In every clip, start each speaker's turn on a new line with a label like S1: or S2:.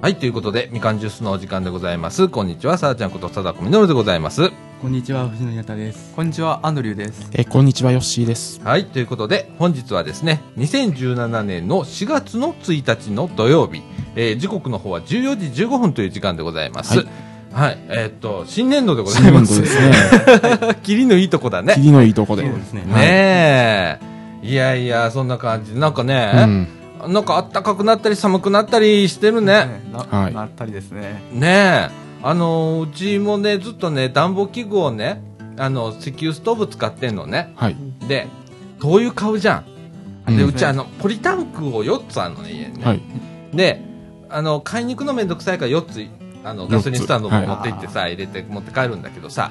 S1: はい、ということで、みかんジュースのお時間でございます。こんにちは、さあちゃんこと、さだこみのるでございます。
S2: こんにちは藤野稲太です
S3: こんにちは、アンドリューです。
S4: えーこんにちは、ヨッシーです。
S1: はい、ということで、本日はですね、2017年の4月の1日の土曜日、えー時刻の方は14時15分という時間でございます。は
S4: はいい、
S1: えーっと、新年度でございます。
S4: ですね。
S1: 切りのいいとこだね。
S4: 霧のいいとこで。
S2: そうですね
S1: ねえ。いやいや、そんな感じ。なんか
S4: はい。う
S1: ね、
S4: ん。
S1: なんかあったかくなったり寒くなったりしてるね。
S3: な、
S4: はい
S3: なったりですね。
S1: ねえ。あのーうちもね、ずっとね、暖房器具をね、あの、石油ストーブ使ってんのね。
S4: はい。
S1: で、灯油買うじゃん。
S4: うん
S1: で、うちあの、ポリタンクを4つあるのね、家にね。
S4: はい。
S1: で、あの、買いに行くのめんどくさいから4つ、あの、
S4: 4つ
S1: ガソリンスタンドも
S4: はい
S1: 持って行ってさ、入れて持って帰るんだけどさ、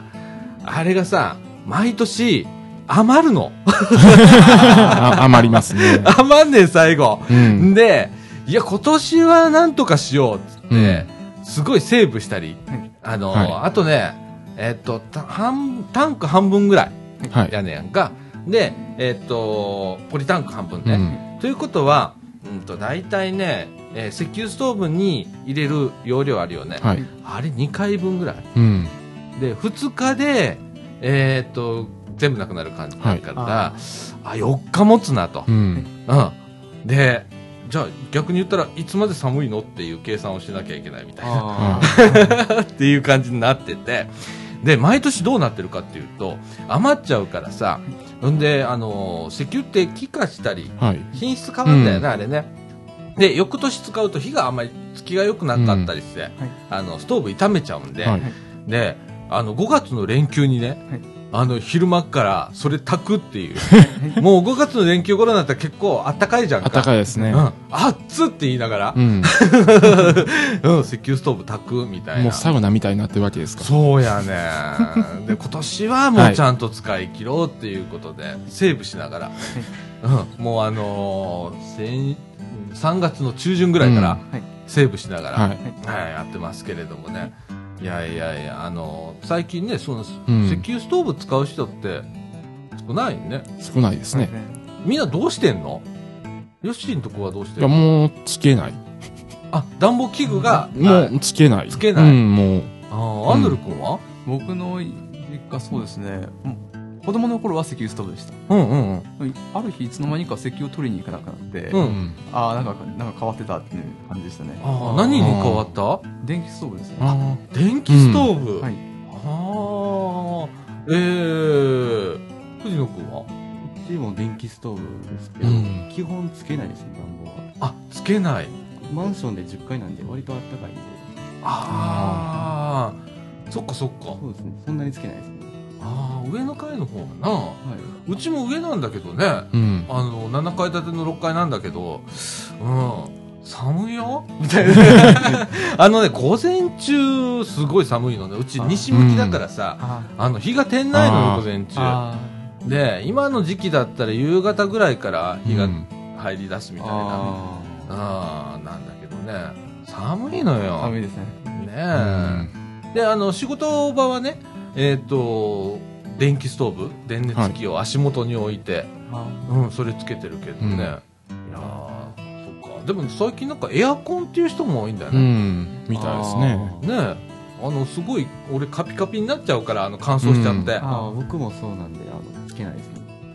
S1: あれがさ、毎年、余るの。
S4: あ余りますね。
S1: 余んねん、最後。
S4: うん。
S1: で、いや、今年はなんとかしようっつって、
S4: うん
S1: すごいセーブしたり、あの、
S4: はい
S1: あとね、えっと、た半タンク半分ぐら
S4: はい
S1: いやねやんか。で、えっと、ポリタンク半分
S4: う
S1: ね。
S4: ん。
S1: ということは、うんと、大体ね、えー石油ストーブに入れる容量あるよね。
S4: はい。
S1: あれ2回分ぐらい。
S4: うん。
S1: で、2日で、えーっと、全部なくなる感じだから、
S3: は
S1: あ4日持つなと。
S4: うん。
S1: うん。で、じゃあ逆に言ったらいつまで寒いのっていう計算をしなきゃいけないみたいな
S3: あ
S1: っていう感じになってて、で、毎年どうなってるかっていうと、余っちゃうからさ、んで、あのー石油って気化したり、
S4: はい。
S1: 品質変わんだよね、
S4: うん
S1: あれね。で、翌年使うと火があんまり、月が良くなかったりして、あの、ストーブ傷めちゃうんで、
S4: はい。
S1: で、あの、5月の連休にね、
S3: はい
S1: あの、昼間っからそれ炊くっていう。もう5月の連休頃になったら結構暖かいじゃんか。
S4: あったかいですね
S1: う。ん、あっつって言いながら
S4: う、ん。
S1: うん、石油ストーブ炊くみたいな。
S4: もうサウナみたいになってるわけですか。
S1: そうや ね。で、今年はも
S4: は
S1: う
S4: い
S1: ちゃんと使い切ろうっていうことで、セーブしながら。うん、もうあのー先、3月の中旬ぐらいから
S3: うんはい
S1: セーブしながら、
S4: はい。
S1: はい、やってますけれどもね。いやいやいや、あのー最近ね、その、石
S4: うん
S1: 油ストーブ使う人って少ないね。
S4: 少ないですね。
S1: みんなどうしてんのヨッシーのとこはどうして
S4: い
S1: る
S4: や、もう、つけない。
S1: あ、暖房器具が、
S4: も
S1: あ
S4: う、つけない。
S1: つけない
S4: うん、もう。
S1: あーアンドル君は
S3: 僕の実家そうですね。うん子供の頃は石油ストーブでした。
S1: うんうんうん。
S3: ある日いつの間にか石油を取りに行かなくなって、
S1: うん
S4: うん。
S3: ああ、なんか、なんか変わってたっていう感じでしたね。
S1: ああ、何に変わった
S3: 電気ストーブですね。は
S4: あ
S1: 電気ストーブ、
S3: い。
S1: ああ、ええ藤野くんは
S2: でも電気ストーブですけど、
S4: うん
S2: 基本つけないですね暖房は
S1: あ、つけない。
S2: マンションで10階なんで割とあったかいんで
S1: ああ、そっかそっか。
S2: そうですねそんなにつけないですね
S1: ああ、上の階の方はな。
S2: はいう
S1: ちも上なんだけどね。あ
S4: あ。うん。
S1: の、7階建ての6階なんだけど、うん、寒いよみたい な。あのね、午前中、すごい寒いのね。うち西向きだからさ、
S3: あ
S1: あの、日が点ないのよ、
S4: あー
S1: 午前中。
S3: あ
S1: で、今の時期だったら夕方ぐらいから日が
S4: うん
S1: 入り出すみ
S3: ー。
S1: たいな。
S3: あ
S1: あーなんだけどね寒いの
S3: ー。
S1: よ
S3: 寒
S1: ね
S3: いですね。
S4: う
S1: え、
S4: ん
S1: であの仕事場はねえっ、と電気ストーブ電熱器を足元に置いて、
S3: あ
S1: うんそれつけてるけどね、
S4: うん
S1: いやーそっかでも最近なんかエアコンっていう人も多いんだよ
S4: う
S1: ね、
S4: ん。みたいですね。
S1: ねえあのすごい俺カピカピになっちゃうからあの乾燥しちゃって、
S2: ああ僕もそうなんであのつけないです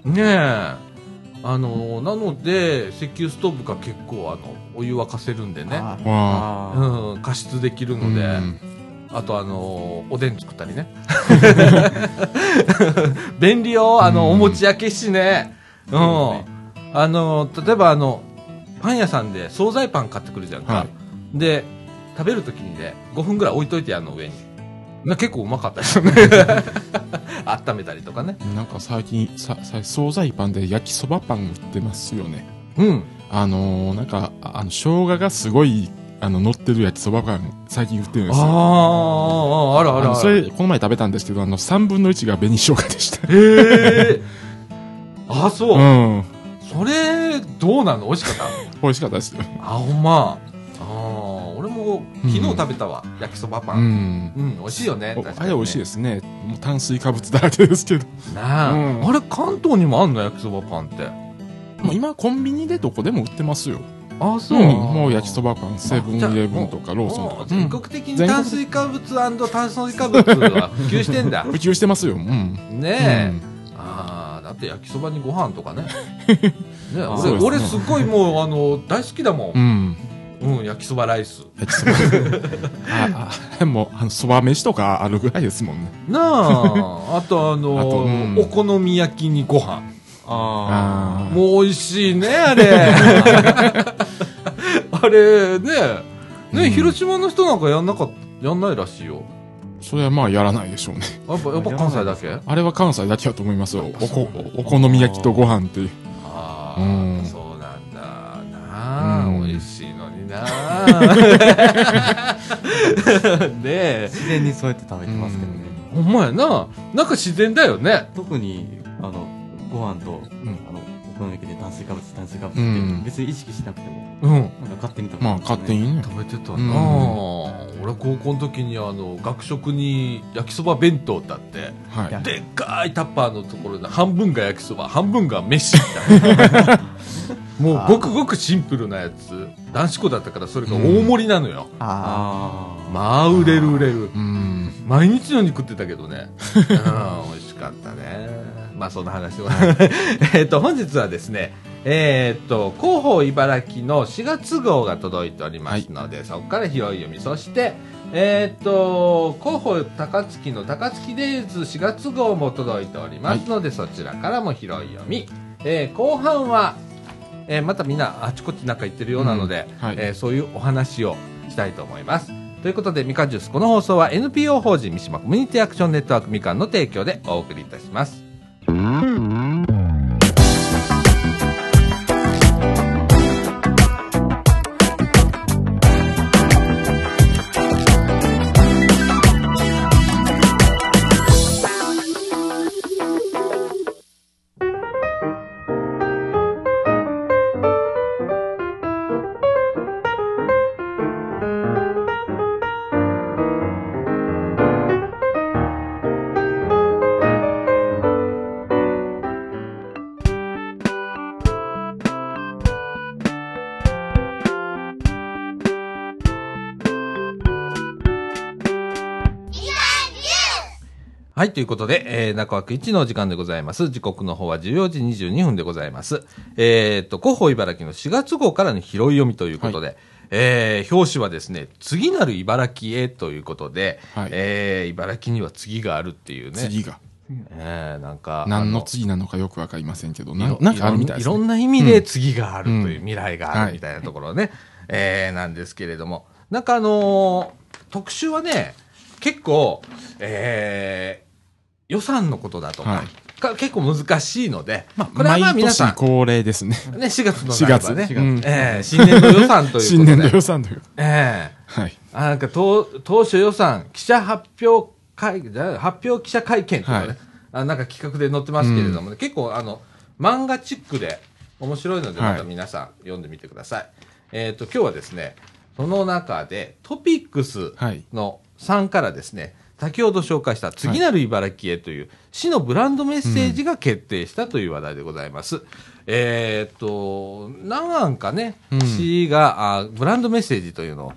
S2: ね
S1: ねえあのなので石油ストーブが結構あのお湯沸かせるんでね
S3: あ
S4: わ
S3: ーあ
S1: うん、加湿できる
S4: あ。
S1: ので、
S4: うん
S1: あとあのーおでん作ったりね。 便利よ、あの、
S4: うん
S1: お餅焼けしね。うん。
S2: そうで
S1: あのー例えばあの、パン屋さんで惣菜パン買ってくるじゃんか。
S4: は
S1: で、食べるときにね、5分ぐらい置いといて、あの上に。な結構うまかったですよね。温めたりとかね。
S4: い。なんか最近、さ、さ、惣菜パンで焼きそばパン売ってますよね。
S1: うん。
S4: あのー、なんか、ああの、生姜がすごい、あの、乗ってる焼きそばパン、最近売ってるん
S1: あ
S4: ですよ。
S1: あー、あるある
S4: あ
S1: あ
S4: の
S1: る。
S4: それ、この前食べたんですけど、あの、3分の1が紅生姜でした。
S1: へえ。あ、そうう。
S4: ん。
S1: それ、どうなの美味しかった
S4: 美味しかったです。
S1: あほんまあー俺も昨日食べたわ、焼きそばパ
S4: う
S1: ン
S4: ん。
S1: うん、美味しいよね確かに
S4: あれ美味しいですね。もう炭水化物だらけですけど。
S1: すなあ、
S4: うん
S1: あれ関東にもあんの焼きそばパンって
S4: もう今、コンビニでどこでも売ってますよ。
S1: あ
S4: う
S1: そ
S4: ん
S1: う、
S4: もう焼きそばパンセブンイレブンとかローソンと
S1: も
S4: か
S1: う全国的に炭水化物炭水化物は普及してんだ
S4: 普及してますようん
S1: ねえ、
S4: うん
S1: ああだって焼きそばにご飯とかねね
S2: あ
S1: 俺
S2: そう
S4: ですね
S1: 俺すごいもうあの大好きだも、
S4: うんん
S1: うん焼きそばライス
S4: ああもうあのそば飯とかあるぐらいですもんね
S1: なあ あとあの
S4: あとうん
S1: お好み焼きにご飯
S2: あ
S4: ああ
S1: もう美味しいねあ れあれねね、
S4: うん
S1: 広島の人なんかやんなかっやんないらしいよ
S4: それはまあやらないでしょうね
S1: やっぱやっぱ関西だけあ
S4: あれは関西だけだと思いますよおこお好み焼きとご飯っていう
S1: あ
S4: うん
S1: そうなんだなあ、
S4: うん
S1: 美味しいのにな ねえ
S2: ー自然にそうやって食べてますけどね
S1: ほんまやななんか自然だよね
S2: 特にあのご飯と、
S4: ん
S2: あのお好み焼きで炭水化物炭水化物
S4: う
S2: っ
S4: ん
S2: て別に意識しなくても
S1: うん
S2: なんか勝手に食べて
S4: まあ
S2: ますね
S4: 勝手にね
S1: 食べてたな、
S4: うん
S1: 俺高校の時にあの学食に焼きそば弁当だって
S4: はい
S2: や
S1: でっかいタッパーのところで半分が焼きそば半分が飯みたい なもうごくごくシンプルなやつ男子校だったからそれが大盛りなのよ、
S3: あ
S2: ああ
S1: まあ売れる売れる
S4: うん
S1: 毎日のように食ってたけどね、うん、美味しかったねまあそんな話でございます えっと本日はですねえーっと広報茨城の4月号が届いておりますので、そこから広い読みそしてえーっと広報高槻の高槻デイズ4月号も届いておりますので、そちらからも広い読み、えー後半は、えーまたみんなあちこちなんか言ってるようなので、
S4: うんはい
S1: えーそういうお話をしたいと思います。ということで、みかんジュース、この放送は NPO 法人三島コミュニティアクションネットワークみかんの提供でお送りいたします。はい、ということで、えー、中枠1のお時間でございます。時刻の方は14時22分でございます。えー、っと、広報茨城の4月号からの拾い読みということで、えー表紙はですね、次なる茨城へということで、
S4: はい
S1: えー茨城には次があるっていうね。
S4: 次が
S1: えー、なんか。
S4: 何
S1: あ
S4: の次なのかよくわかりませんけど
S1: い
S4: な
S1: ろ
S4: なんかあるみたいです
S1: いろ
S4: ね
S1: んな意味で次があるという、
S4: うん
S1: 未来があるみたいなところね、えーなんですけれども、なんかあのー特集はね、結構、えー予算のことだとか、
S4: はい
S1: か結構難しいので、これはまあ
S4: 毎
S1: 皆さ
S4: 年
S1: ん、
S4: 恒例ですね
S1: ね、4月の
S4: 4
S1: ならば
S4: 月
S1: ね、
S4: ねうん
S1: えー新年度予算ということで、
S4: 新年度予算という
S1: えー
S4: はい
S1: あなんか当当初予算記者発表会じゃあ発表記者会見とかね、
S4: はい
S1: あなんか企画で載ってますけれどもね、結構あの漫画チックで面白いので
S4: はい
S1: また皆さん読んでみてください、えっ、と今日はですねその中でトピックス
S4: はい
S1: の3からですね先ほど紹介した「次なる茨城へ」という市のブランドメッセージが決定したという話題でございます。えーっと何案かね、
S4: うん
S1: 市があブランドメッセージというのを、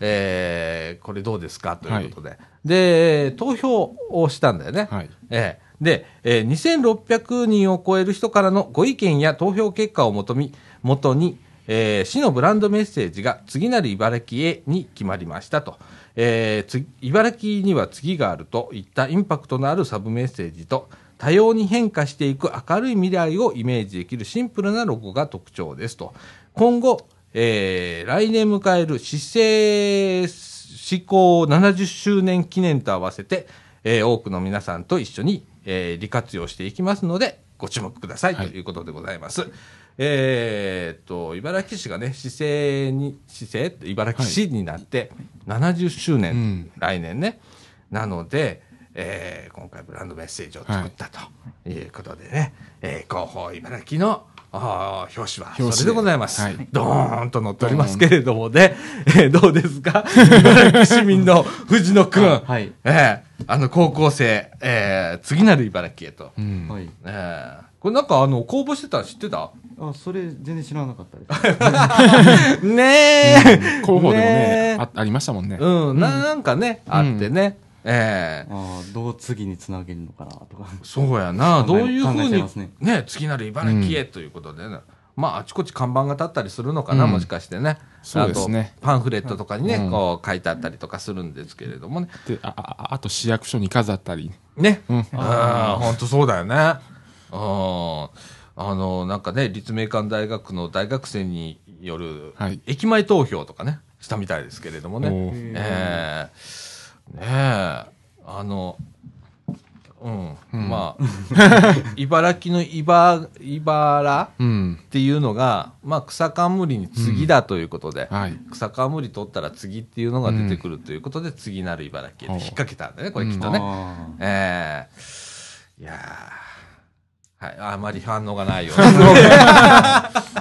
S1: えーこれどうですかということで、で投票をしたんだよね。
S4: はい
S1: ええで、えー2600人を超える人からのご意見や投票結果をもとみ元に、えー市のブランドメッセージが次なる茨城へに決まりましたと、えーつ茨城には次があるといったインパクトのあるサブメッセージと多様に変化していく明るい未来をイメージできるシンプルなロゴが特徴ですと今後、えー来年迎える市政施行70周年記念と合わせて、えー多くの皆さんと一緒に、えー利活用していきますので、ご注目くださいと
S4: はい
S1: いうことでございます。えーっと、茨城市がね、市政に、市政って茨城市になって70周年、
S4: うん
S1: 来年ね。なので、えー今回ブランドメッセージを作ったということでね、えー広報茨城のあー表紙は
S4: 表紙で
S1: それでございます。
S4: はい
S1: ドーンと載っておりますけれどもね、えーどうですか茨城市民の藤野くん。
S2: はい
S1: えーあの、高校生、えー次なる茨城へと。
S4: うん
S2: はい
S1: えーこれなんかあの、公募してたの知ってた
S2: あ、それ全然知らなか ったです。
S1: ねえ、
S4: 広報で
S1: ね
S4: も
S1: え
S4: ねあ、ありましたもんね。
S1: うん、ななんかね、
S4: ん
S1: あってね。ええ
S2: あーどう次につなげるのかなとか。
S1: そうやな、ど
S2: 考
S1: う
S2: え
S1: いうふう
S2: 考えちゃい
S1: に
S2: ますね、
S1: ね、次なる茨城へということでね、まあ、あちこち看板が立ったりするのかな、
S4: うん
S1: もしかしてね。
S4: そうですね
S1: あとパンフレットとかにね、
S4: うん
S1: こう書いてあったりとかするんですけれどもね。
S4: であああと市役所に飾ったり。
S1: ね。
S4: うん。
S1: ああ、本当そうだよね。うん。あの、なんかね、立命館大学の大学生による
S4: はい、
S1: 駅前投票とかね、したみたいですけれどもね。
S4: おー
S1: ええねえ、あの、うん、
S4: うん
S1: まあ、 茨城の茨、茨
S4: うん。
S1: っていうのが、まあ、草冠に次だということで、
S4: はい。
S1: 草冠取ったら次っていうのが出てくるということで、次なる茨城へって引っ掛けたんだね、これきっとね。
S2: あー
S1: ええいやーはい、あまり反応がないよ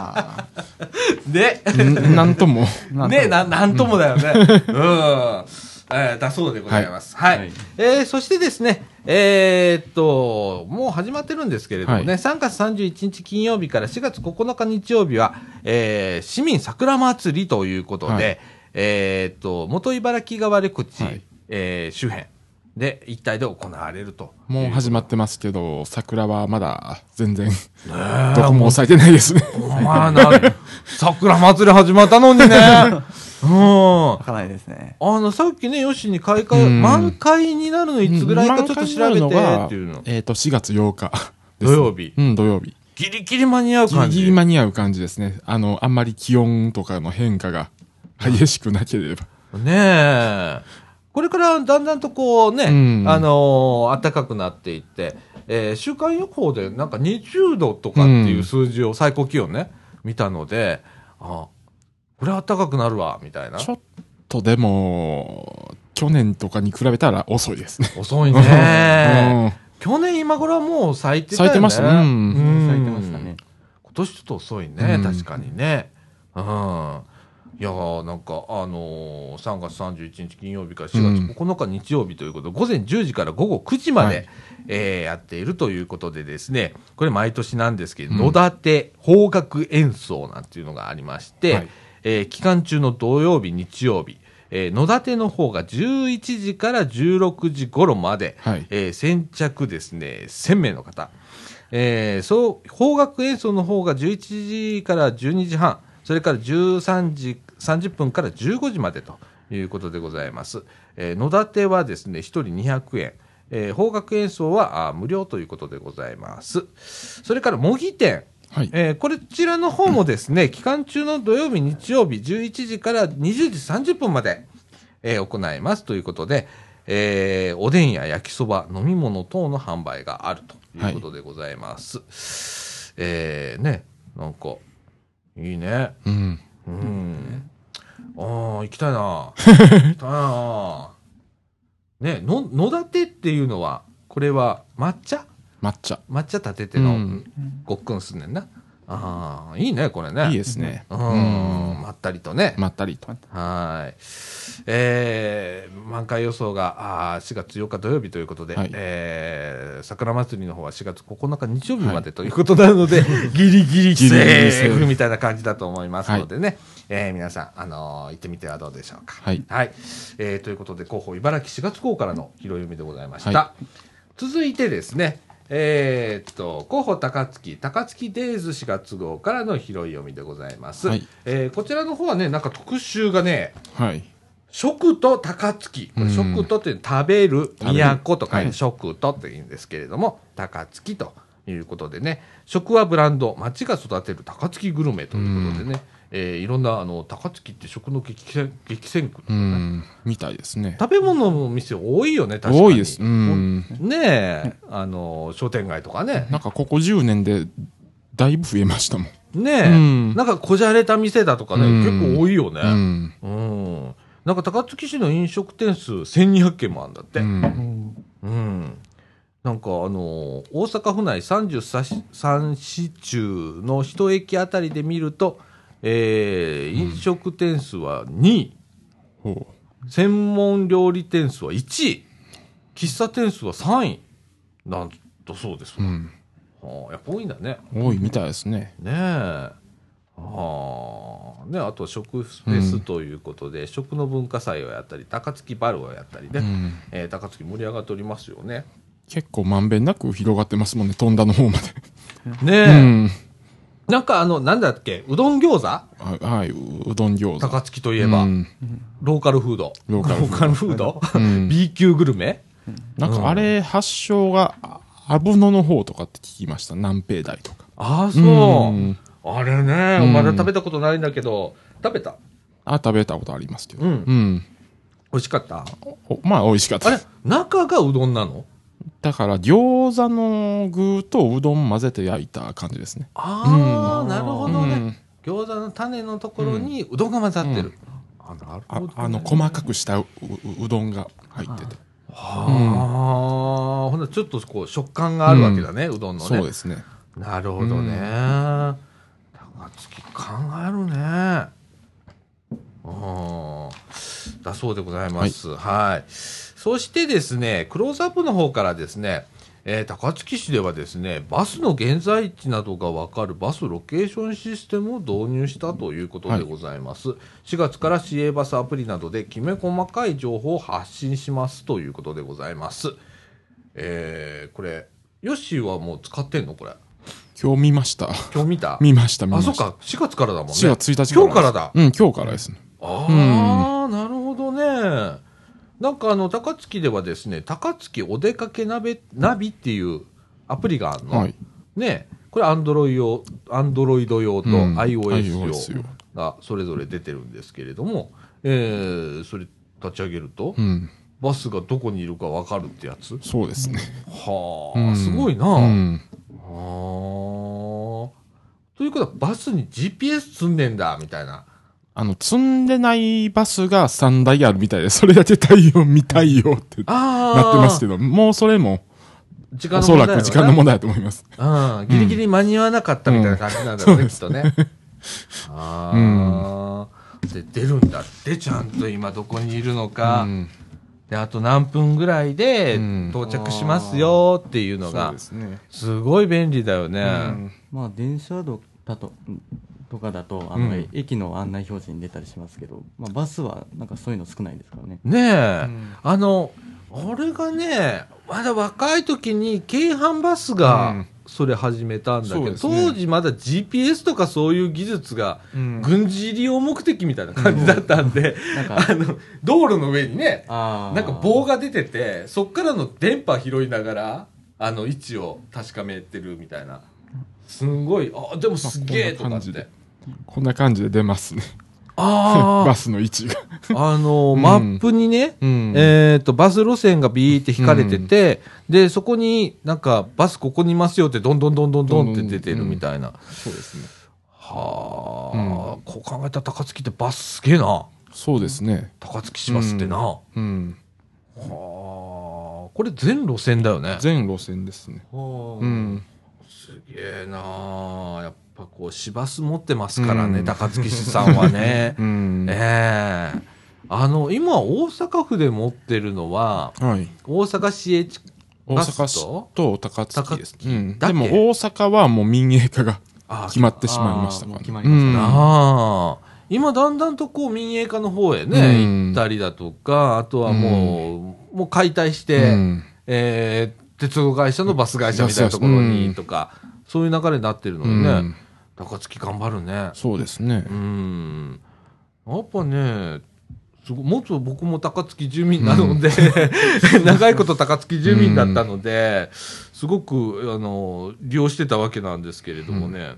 S1: うで。
S4: ん なんとも。
S1: ね、ね、ななんともだよね。うん。えーだそうでございます。はい。
S2: はい
S1: えーそしてですね、えーっと、もう始まってるんですけれどもね、
S4: は
S1: 3月31日金曜日から4月9日日曜日は、えー市民桜祭りということで、
S4: はい
S1: えーっと、元茨城川緑地、
S4: はい
S1: えー周辺で一体で行われると。
S4: もう始まってますけど、桜はまだ全然、
S1: ねえ
S4: どこも抑えてないですね。
S1: お前な、桜祭り始まったの にね。うん
S2: わ。からないですね。
S1: あの、さっきね、ヨッシーに開花、
S4: うん
S1: 満開になるのいつぐらいかちょっと調べてっていうの。
S4: えっ、と、4月8日で
S1: 土
S4: す、
S1: 曜日。
S4: うん、土曜日。
S1: ギリギリ間に合う
S4: ギリ
S1: 感じ。
S4: ギリ間に合う感じですね。あの、あんまり気温とかの変化が激しくなければ。
S1: ねえ。これからだんだんとこうね、
S4: うん
S1: あのー暖かくなっていって、えー週間予報でなんか20度とかっていう数字を最高気温ね、見たので、あ、これ暖かくなるわ、みたいな。
S4: ちょっとでも、去年とかに比べたら遅いですね。
S1: 遅いね。
S4: うん
S1: 去年今頃はもう咲いてたよね。
S4: 咲いてましたねうん
S1: うん
S2: 咲いてましたね。
S1: 今年ちょっと遅いね、
S4: うん
S1: 確かにね。うん。いやーなんか、あのー、3月31日金曜日から4月9日日曜日ということで、午前10時から午後9時まで、
S4: はい
S1: えーやっているということでですね、これ毎年なんですけど、野立て邦楽演奏なんていうのがありまして、
S4: はい
S1: えー期間中の土曜日、日曜日、えー野立ての方が11時から16時頃まで、
S4: はい
S1: えー先着ですね、1000名の方。えーそう、邦楽演奏の方が11時から12時半、それから13時30分から15時までということでございます。えー野立てはですね、1人200円。えー邦楽演奏はあー無料ということでございます。それから模擬店。
S4: はい。
S1: えーこちらの方もですね、期間中の土曜日、日曜日、11時から20時30分まで、えー行いますということで、えーおでんや焼きそば、飲み物等の販売があるということでございます。えーね、なんか、いいね。
S4: うん。
S1: うん。ああ、行きたいな。行きたいな。ね、の、野立てっていうのは、これは抹茶
S4: 抹茶。
S1: 抹茶立てての、
S4: うん
S1: ごっくんすんねんな。ああ、いいね、これね。
S4: いいですね。
S1: う、
S4: うんん
S1: まったりとね。
S4: まったりと。
S1: はーい。えー、満開予想があー4月8日土曜日ということで、
S4: はい
S1: えー桜祭りの方は4月9日日曜日までということなので、 ギリギリセ
S4: ギリギリ
S1: ー
S4: セー
S1: フ
S4: フ
S1: みたいな感じだと思いますのでね、えー皆さん、あのー行ってみてはどうでしょうか。
S4: はい。
S1: はい。えーということで、広報茨城4月号からの拾い読みでございました。
S4: は
S1: 続いてですね、えーっと、広報高槻、高槻デイズ4月号からの拾い読みでございます。
S4: はい
S1: えーこちらの方はね、なんか特集がね、
S4: はい。
S1: 食と高槻。これ
S4: うん
S1: 食とって食べる、
S4: べる
S1: 都と書い
S4: は
S1: て
S4: い
S1: 食とって言うんですけれども、高槻ということでね、食はブランド、町が育てる高槻グルメということでね、えーいろんなあの高槻って食の激戦激戦区とか
S4: う
S1: ね、
S4: ん。みたいですね。
S1: 食べ物の店多いよね、確かに。
S4: 多いです。うん。
S1: ねえ、あの、商店街とかね。
S4: なんかここ10年で、だいぶ増えましたもん。
S1: ねえ、
S4: うん
S1: なんかこじゃれた店だとかね、
S4: うん
S1: 結構多いよね。
S4: うん。
S1: うん。なんか高槻市の飲食店数1200件もあるんだって。
S4: う
S1: うん。
S4: ん。
S1: なんかあの大阪府内33市中の一駅あたりで見ると、えー飲食店数は2位、
S4: ほ
S1: 専門料理店数は1位、喫茶店数は3位なんだそうです
S4: う。う。ん。
S1: はああやっぱ多いんだね。
S4: 多いみたいですね。
S1: ねえ。ああ。ね、あと食フェスということで、食の文化祭をやったり高槻バルをやったりね、
S4: うん
S1: えー高槻盛り上がっておりますよね。
S4: 結構まんべんなく広がってますもんね、飛んだの方まで。
S1: ねえ、
S4: うん。
S1: なんかあのなんだっけうどん餃子
S4: あはい、ううどん餃子。
S1: 高槻といえば、
S4: うん
S1: ローカルフード
S4: ローカルフード
S1: フード
S4: うん
S1: B 級グルメ
S4: なんかあれ、発祥が、あ阿武野の方とかって聞きました。南平台とか。
S1: ああそう、
S4: うん
S1: あれね、
S4: うん
S1: まだ食べたことないんだけど食べた
S4: あ、食べたことありますけど。
S1: う
S4: うんん。
S1: 美味しかった
S4: おまあ、美味しかっ
S1: あ
S4: た
S1: れ。中がうどんなの
S4: だから、餃子の具とうどん混ぜて焼いた感じですね。
S1: ああ、
S3: うん
S1: なるほどね、餃子の種のところにうどんが混ざってる、あなる
S4: あ
S1: ほどね、
S4: あの、細かくしたうううどんが入ってて。
S1: はあ、ほんならちょっとこう食感があるわけだね、うどんのね
S4: そうですね。
S1: なるほどね、
S4: うん
S1: 高槻考えるねうんだそうでございますはい、そしてですねクローズアップの方からですねえー高槻市ではですねバスの現在地などが分かるバスロケーションシステムを導入したということでございます、4月から市営バスアプリなどできめ細かい情報を発信しますということでございますえーこれヨッシーはもう使ってんのこれ
S4: 今日見ました。
S1: 今日見た
S4: 見ました、見ま
S1: あ
S4: した。
S1: そっか4月からだもんね
S4: 4月1日
S1: 今日からだ
S4: うん、今日からですね。
S1: ああ、なるほどね。なんかあの高槻ではですね、高槻お出かけナビナビっていうアプリがあるの。
S4: はい。
S1: ね、これアンドロイドアンドロイド用と
S4: う
S1: iOS
S4: ん iOS
S1: 用
S4: 用
S1: がそれぞれ出てるんですけれども、えーそれ立ち上げると、
S4: うん。
S1: バスがどこにいるかわかるってやつ。
S4: そうですね。
S1: は
S4: う
S1: あ、
S4: ん
S1: すごいな。
S4: うん。
S1: あーということはバスに GPS 積んでんだみたいな。
S4: あの、積んでないバスが3台あるみたいで、それだけ対応見たいよって
S1: ああ、
S4: なってますけど、もうそれも、
S1: 時間
S4: お
S1: の
S4: そ
S1: 問
S4: ら
S1: 題だろうな
S4: く時間の問題だと思います。
S1: うん、ギリギリ間に合わなかったみたいな感じなんだろうね、きっと ね。ああ、で、出るんだって、ちゃんと今どこにいるのか、
S4: うん
S1: で、あと何分ぐらいで
S4: うん
S1: 到着しますよっていうの
S4: そう
S1: が
S4: で、すね。
S1: すごい便利だよね。
S4: うん
S2: まあ電車だととかだとあの、
S1: うん
S2: 駅の案内表示に出たりしますけど、まあ、バスはなんかそういうの少ないですからね
S1: ねえ、
S4: ん
S1: あの、俺がね、まだ若い時に京阪バスが、
S4: うん
S1: それ始めたんだけど、
S4: そうですね
S1: 当時まだ GPS とかそういう技術が
S4: うん
S1: 軍事利用目的みたいな感じだったんで、
S2: なんか
S1: あの、道路の上にね、
S2: あー
S1: なんか棒が出てて、そっからの電波拾いながら、あの、位置を確かめてるみたいな。すんごい、あ、でもすげえと
S4: ま
S1: かっ
S4: あこんな感じで
S1: て。
S4: こんな感じで出ますね。
S1: あ
S4: バスの位置が。
S1: あ、あの、
S4: うん
S1: マップにね、
S4: うん
S1: えっと、バス路線がビーって引かれてて、で、そこになんか、バスここにいますよって、どんどんどんどんどんって出てるみたいな。
S4: そうですね。
S1: はあ、こう考えたら高槻ってバスすげえな。
S4: そうですね。
S1: 高槻市バスってな。は
S4: うん。
S1: あ、これ全路線だよね。
S4: 全路線ですね。
S1: はあ
S4: うん。
S1: すげえなあやっぱこう、市バス持ってますからね、高槻市さんはね。
S4: うん。
S1: ええあの、今、大阪府で持ってるのは、
S4: はい。
S1: 大阪市営地
S4: 大
S1: バス
S4: 阪市
S1: と、
S4: と高槻です。
S1: 高
S4: う
S1: 槻
S4: ん。
S1: だけ
S4: でも大阪はもう民営化が
S1: あ
S4: 決まってしまいましたか
S2: あーも
S4: ら
S2: う決まりましたね
S4: うん
S1: ああ今、だんだんとこう、民営化の方へね、
S4: うん
S1: 行ったりだとか、あとはもう、もう解体して、
S4: うん
S1: えー鉄道会社のバス会社みたいなところ
S4: う
S1: に
S4: ん
S1: とか、そういう流れになってるのでね、
S4: うん
S1: 高槻頑張るね。
S4: そうですね
S1: う。ん。やっぱね、すごもっと僕も高槻住民なので、 長いこと高槻住民だったので、すごく、あの、利用してたわけなんですけれどもね、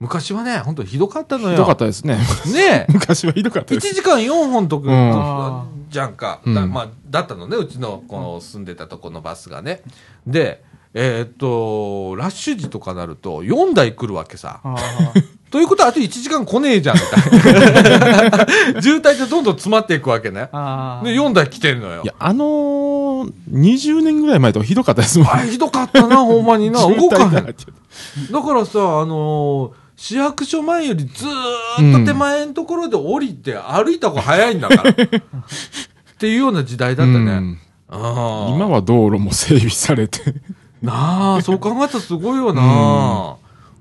S1: 昔はね、本当ひどかったのよ。
S4: ひどかったですね。
S1: ねえ。
S4: 昔はひどかった
S1: 1
S4: です。
S1: 時間4本とか
S3: あ、
S1: じゃんか。
S4: うん
S1: だ,、まあ、だったのね、うちのこの住んでたとこのバスがね。で、えーっと、ラッシュ時とかなると4台来るわけさ。ということはあと1時間来ねえじゃん、み たいな。渋滞でどんどん詰まっていくわけね。
S3: あ
S1: で、4台来てんのよ
S4: い。や、あのー、20年ぐらい前とかひどかったですもん。
S1: あれひどかったな、ほんまにな。動かへん。
S4: な
S1: だからさ、あのー市役所前よりずーっと手前のところで降りて歩いた方が早いんだから。っていうような時代だったね。ああ
S4: 今は道路も整備されて、
S1: なあ、そう考えたらすごいよな。ほ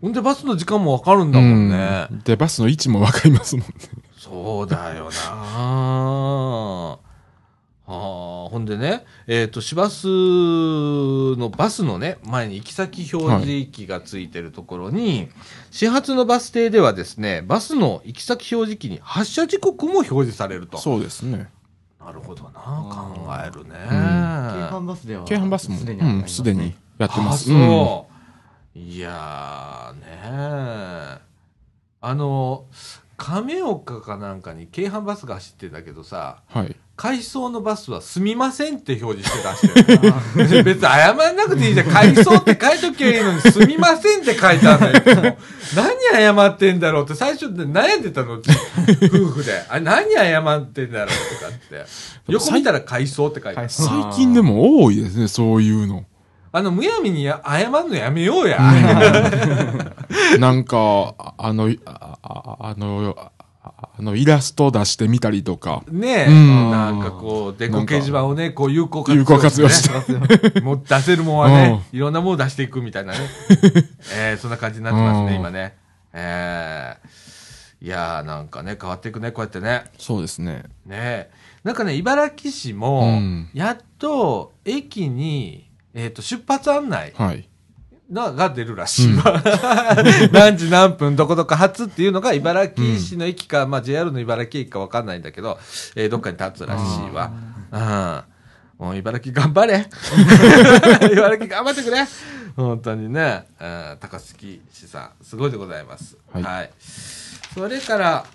S1: んで、バスの時間もわかるんだもんね。
S4: うんで、バスの位置もわかりますもんね。
S1: そうだよなあ。あーほんでね、えっ、と、市バスのバスのね、前に行き先表示器がついてるところに、始発のバス停ではですね、バスの行き先表示器に発車時刻も表示されると。
S4: そうですね。
S1: なるほどな、
S2: あ
S1: 考えるね。
S2: 京阪バスでは
S4: 京阪バスも、
S2: すでにあ
S4: う
S2: り
S4: ん、
S2: ますす
S4: で
S2: ね
S4: にやってます。
S1: あ
S4: うん
S1: そう、いやーねーあの亀岡かなんかに京阪バスが走ってたけどさ
S4: はい。
S1: 回送のバスは「すみません」って表示して出してる よな別に謝らなくていいじゃん回送って書いときゃいいのに「すみません」って書いてあるんだよ何謝ってんだろうって最初で悩んでたの夫婦であ何謝ってんだろうとか って横見たら回送って書いてある
S4: 最近でも多いですね、そういうの。
S1: あのむやみにや謝るのやめようや、
S4: なんか、ああの、あああの、ああの、イラスト出してみたりとか。
S1: ねえ、
S4: うん
S1: なんかこう、電光掲示板をね、こう有効活、
S4: 有効活用し て
S1: もう出せるもんはね、いろんなものを出していくみたい なね。えーそんな感じになってます
S4: うん
S1: ね、今ね。えーいやー、なんかね、変わっていくね、こうやってね。
S4: そうですね。
S1: ねえなんかね、茨城市も、
S4: うん
S1: やっと駅に、えっ、と、出発案内
S4: はい。
S1: なが出るらしいわ、 何時何分どこどこ発っていうのが茨城市の駅か、まあ、JR の茨城駅か分かんないんだけど、えーどっかに立つらしいわ。うん、もう茨城頑張れ 茨城頑張ってくれ本当にね、うん、高槻市さんすごいでございます。は、
S4: はいい
S1: それから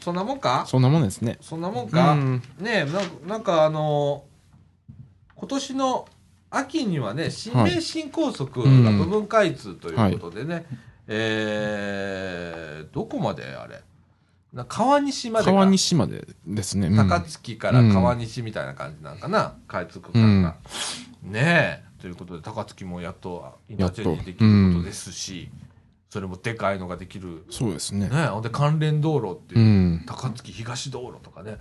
S1: そんなもんか
S4: そんなもんですね。
S1: そんなもんか、
S4: うん
S1: ねえなんかなんかあのー今年の秋にはね新名神高速が部分開通ということでね、えーどこまであれな川西までが
S4: 川西までですね。うん
S1: 高槻から川西みたいな感じなんかな、開通区間が。ねえということで高槻もやっとインターチェンジできることですし、それもでかいのができる、
S4: そうです
S1: ね
S4: ね。
S1: え、ほんで関連道路っていうう、
S4: ん。
S1: 高槻東道路とかね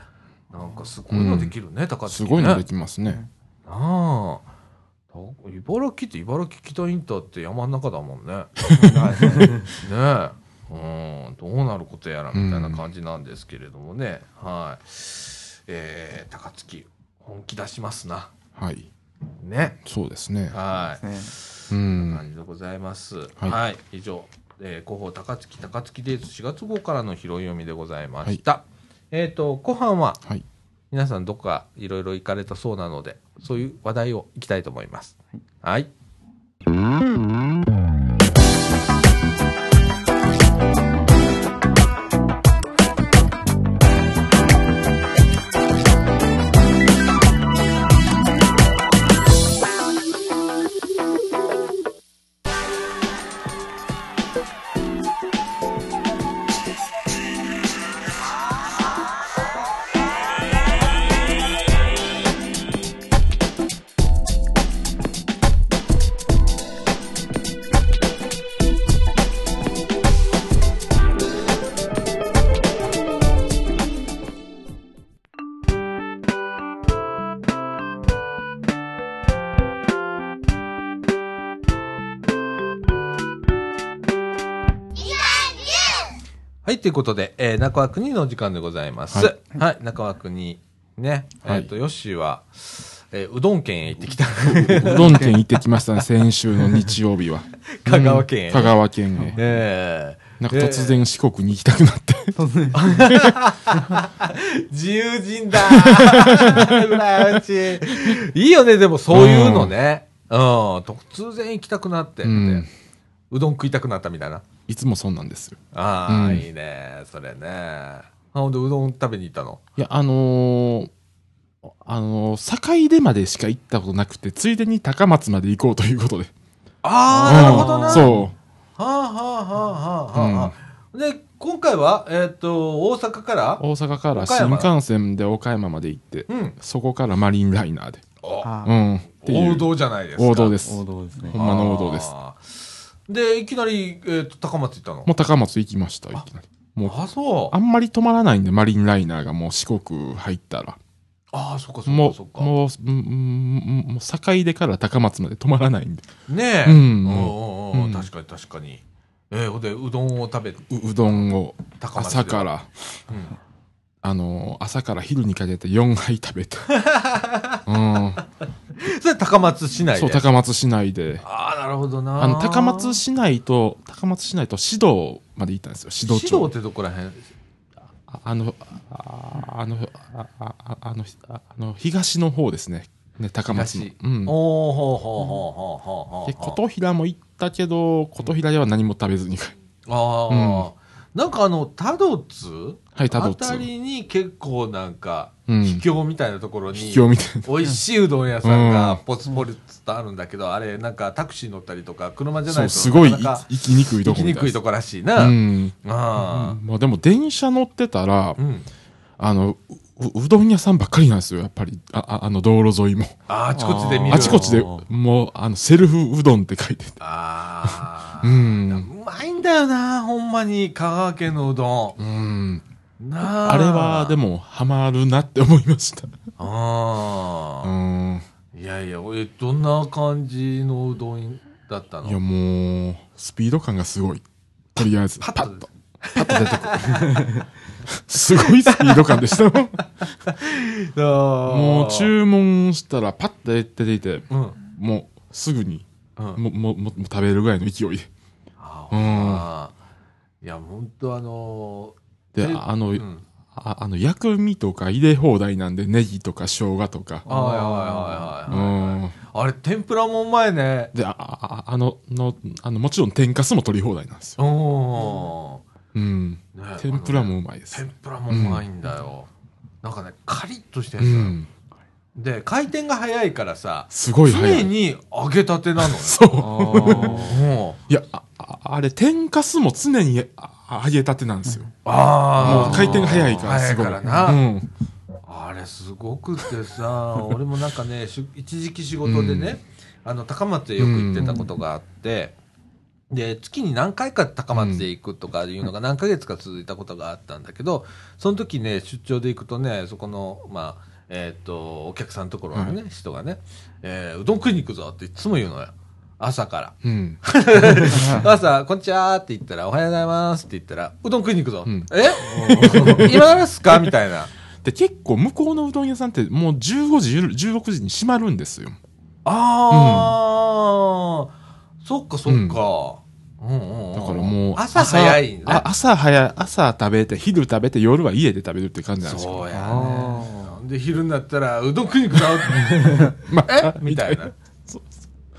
S1: なんかすごいのできるね、高槻ね
S4: すごいので
S1: な
S4: きますね。
S1: あた茨城って茨城北インターって山の中だもん ねねえうんどうなることやらみたいな感じなんですけれどもね、はいえー、高槻本気出しますな
S4: はい。
S1: ね
S4: そうですね。
S1: はい
S3: ね
S4: う。
S1: こんなん感じでございます。は、
S4: はいい
S1: 以上、えー、広報高槻高槻デーズ4月号からの拾い読みでございました。えっ、と後半は
S4: はい。
S1: 皆さんどこかいろいろ行かれたそうなので、そういう話題をいきたいと思います。はい。はい、ということで、えー、中和国のお時間でございます。は、
S4: はい
S1: 中和国ね、
S4: はい
S1: えっ、とヨッシーは、えー、うどん県へ行ってきた。
S4: うどん県行ってきまし たね、先週の日曜日は。
S1: 香川県へ
S4: 香川県へ。
S1: ええ
S4: なんか突然四国に行きたくなって。
S1: 自由人だ 羨ましい。いいよね、でもそういうのね。うん、突然行きたくなって、う
S4: うん。
S1: どん食いたくなったみたいな。
S4: いつもそんなんですよ。
S1: ああ、
S4: うん
S1: いいね、それね。あ、ほんで、うどん食べに行ったの。
S4: いや、あのーあのー境出までしか行ったことなくて、ついでに高松まで行こうということで。
S1: あ
S4: う
S1: あ、
S4: ん
S1: なるほどな。は
S4: そ
S1: あ、はあはあはあはあ。で、今回は、えっ、と、大阪か
S4: う。
S1: ら
S4: 大阪から
S1: 岡
S4: 新
S1: 山
S4: 幹線で岡山まで行って、
S1: うん。
S4: そこからマリンライナーで。
S1: あ
S2: あ
S4: うん。っていう
S1: 王道じゃないですか。
S4: 王道です。
S2: 王道ですね
S4: ほんまの王道です。
S1: あー。で、いきなり、えっ、と、高松行ったの
S4: も。う高松行きました、いきなり。もう、
S1: あ、そう。
S4: あんまり止まらないんで、マリンライナーがもう四国入ったら。
S1: ああ、そっかそっ
S4: も
S1: かそっ
S4: う、
S1: か。
S4: もう、うんうんもう、坂出から高松まで止まらないんで。
S1: ねえ。
S4: うん
S1: おうおうおう
S4: うん
S1: 確かに確かに。えー、ほんで、うどんを食べ、
S4: ううどんを
S1: 高松で
S4: 朝から、
S1: うん
S4: あのー朝から昼にかけて4杯食 べて、うん、
S1: それ高松市内で。
S4: そう高松市内で
S1: ああ、なるほどな。
S4: あの高松市内と高松市内と指導まで行ったんですよ指導
S1: 指導
S4: 町
S1: ってどこらへん
S4: ああのああのああああのああの東の方ですねね高松の
S1: 東、
S4: うん、で
S1: おおほうほうほうほうほうほうほう。
S4: 琴平も行ったけど琴平では何も食べずに
S1: ああ、なんかあの、多度津
S4: はい多度
S1: あた
S4: 津
S1: りに結構なんか、
S4: うん
S1: 秘境みたいなところに、
S4: 秘境みたいな
S1: 美味しいうどん屋さん
S4: う
S1: が
S4: ん
S1: ポツポツとあるんだけど、あれなんかタクシー乗ったりとか、車じゃな
S4: そ
S1: いうと
S4: すごい
S1: なか
S4: い
S1: なか
S4: 行きにくい
S1: 行
S4: とこ
S1: き
S4: み
S1: に
S4: た
S1: く
S4: いで
S1: い
S4: す
S1: とこらしいうな。
S4: ん
S1: あ
S4: まあでも電車乗ってたら
S1: あ、うん。
S4: あのうううどん屋さんばっかりなんですよやっぱりあああの道路沿いも
S1: ああちこちで見る。
S4: あちこちで
S1: あ
S4: もうあのセルフうどんって書いてて
S1: あ。
S4: う
S1: うんまいんだよな、ほんまに、香川県のうど
S4: うん
S1: ん。なあ。
S4: あれはで
S1: も。
S4: もハマるなって思いましたう
S1: あ
S4: ん
S1: あ。いやいや、俺、どんな感じのうどんだったの
S4: いやもうスピード感がすごいとりあえず
S1: パ
S4: パ
S1: ッと
S4: ッとパッと出てくる すごいスピード感でした よも
S1: も
S4: う注文したらパッと出ていて
S1: うん。
S4: もうすぐに
S1: うん。
S4: ももももう食べるぐらいの勢いで
S1: あ
S4: うん
S1: あ、いや、本当あの
S4: で
S1: え
S4: あの、
S1: ー、うん。
S4: ああの薬味とか入れ放題なんでネギとか生姜とか
S1: あはいはいはいはい。
S4: うん
S1: あれ、天ぷらもうまいね。
S4: であああののあのもちろん天かすも取り放題なんですよ、
S1: お
S4: うん、
S1: ーね
S4: 天ぷらも
S1: あのね
S4: うまいです
S1: 天ぷらもうまいんだよ。なんかね、カリッとして
S4: う
S1: るのよ
S4: ん
S1: で、回転が早いからさ、
S4: すごい早
S1: 常
S4: い
S1: に揚げたてなのよ。
S4: そう
S3: あ
S1: もう
S4: いやあああれ天かすも常にあ揚げたてなんですよ
S1: ああ
S4: もう回転が早いからすごい
S1: 早いからな
S4: うん
S1: あれすごくってさ 俺もなんかねしゅ一時期仕事でね、あの高松へよく行ってたことがあって、で月に何回か高松へ行くとかいうのが何ヶ月か続いたことがあったんだけどその時ね出張で行くとねそこのまあえっ、とお客さんのところのね、人がね、えーうどん食いに行くぞ」っていつも言うのよ朝から。
S4: うん、
S1: 朝、こんにちはって言ったら、おはようございますって言ったら、うどん食いに行くぞ。
S4: うん
S1: え今ですかみたいな。
S4: で結構向こうのうどん屋さんってもう15時16時に閉まるんですよ
S1: ああ、そっかそっか。うんうんうん
S4: だからもう
S1: 朝早いん
S4: あ
S1: だ。
S4: 朝早い朝食べて昼食べて夜は家で食べるって感じなんですよ
S1: そうや
S3: あ
S1: ね。で、昼になったら、うどん食いに行くぞ
S4: ま
S1: えみたいな。
S4: そう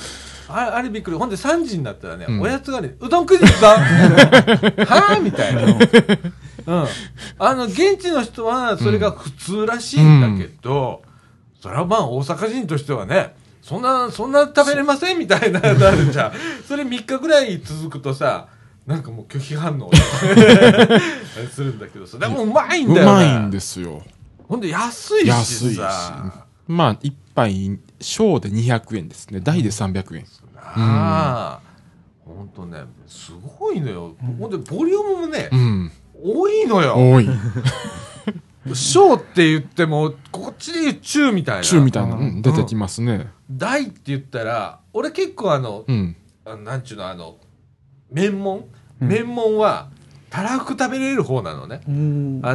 S4: そ
S1: あれ、あれびっくり。ほんで3時になったらね、
S4: うん
S1: おやつがね、うどん食いに行くぞ はぁみたいな。うん。あの、現地の人は、それが普通らしいんだけど、それはまあ、大阪人としてはね、そんな、そんな食べれませんみたいな、なるじゃん。それ3日ぐらい続くとさ、なんかもう拒否 反応するんだけどさ、でもうまいん
S4: う
S1: だよ、ね。
S4: まいんですよ
S1: ほんで安い
S4: 安い
S1: し
S4: し
S1: さ。
S4: まあ一杯小で200円ですね大で300円、
S1: ああ。ほんとね、すごいのよ。ほんで、ボリュームもね、
S4: うん、
S1: 多いのよ。
S4: 多い
S1: 小って言っても、こっちで言う中みたいな。
S4: 中みたいな、うん出てきますね
S1: 大って言ったら、俺結構あの、
S4: うん
S1: あなんちゅうの、あの、麺門麺門は、たらふく食べれる方なのね。あ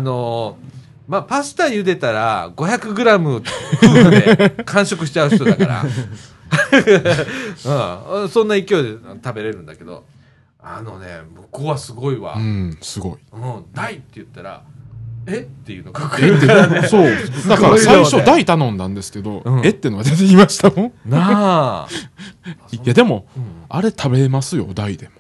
S1: のーまあ、パスタ茹でたら 500g 夫婦で完食しちゃう人だから、うん、そんな勢いで食べれるんだけどあのね向こうはすごいわ
S4: う、んすごい
S1: うん、大って言ったらえっていうのが来る
S4: そうだから最初大頼んだんですけど、
S1: うん
S4: えってのが出てきましたもん
S1: なあ、
S4: いやでも
S1: うん
S4: あれ食べますよ大でも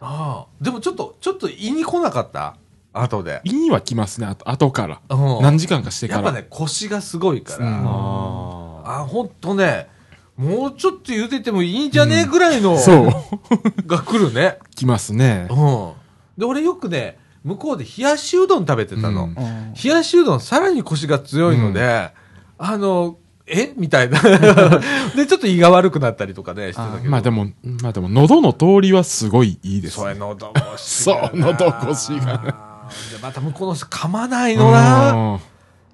S1: ああでもちょっとちょっと胃に来なかった後で、
S4: 胃には来ますねあと後から
S1: うん、
S4: 何時間かして
S1: や
S4: か
S1: っぱ
S4: ら、
S1: ね腰がすごいから、
S4: うん
S3: あ
S1: あほんとねもうちょっと茹でてもいいんじゃねえぐらいの、
S4: そう
S1: が来るね
S4: 来ますね
S1: うん。で、俺よくね、向こうで冷やしうどん食べてたの。
S4: うん
S2: ー
S1: 冷やしうどんさらに腰が強いので、
S4: う
S1: あの、えみたいな。で、ちょっと胃が悪くなったりとかね、してたけど。
S4: まあでも、まあでも、喉の通りはすごいいいです
S1: そ。れ喉越しがな。
S4: そう喉越しが
S1: で、また向こうの人噛まないのな。
S4: うん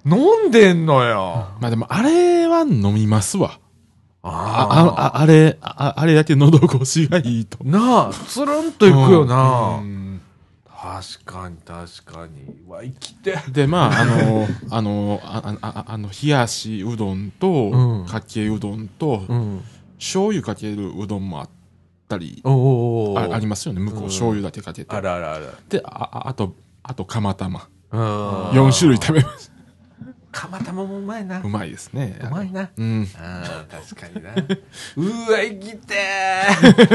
S1: 飲んでんのよ。
S4: まあでも、あれは飲みますわ。あ
S1: あ
S4: あああれあ、あれだけ喉越しがいいと。
S1: なあ、つるんといくよな。
S4: うん
S1: 確かに、確かに。うわ、生きて。
S4: で、まあ、あの、あの、あああの、冷やしうどん
S1: うん
S4: と、かけうどんと、
S1: うん。
S4: 醤油かけるうどんもあったり、
S1: おお
S4: ああり
S1: ま
S4: ますよね。向こ
S1: うん
S4: う醤油だけかけて
S1: あ。らあらあら。
S4: で、あ、ああと、あと、釜玉。
S1: うん
S4: 4種類食べまし
S1: 釜玉もうまいな。
S4: た。うまいですね。
S1: うまいな。
S4: うん。
S1: ああ、確かに な。うわ、生きて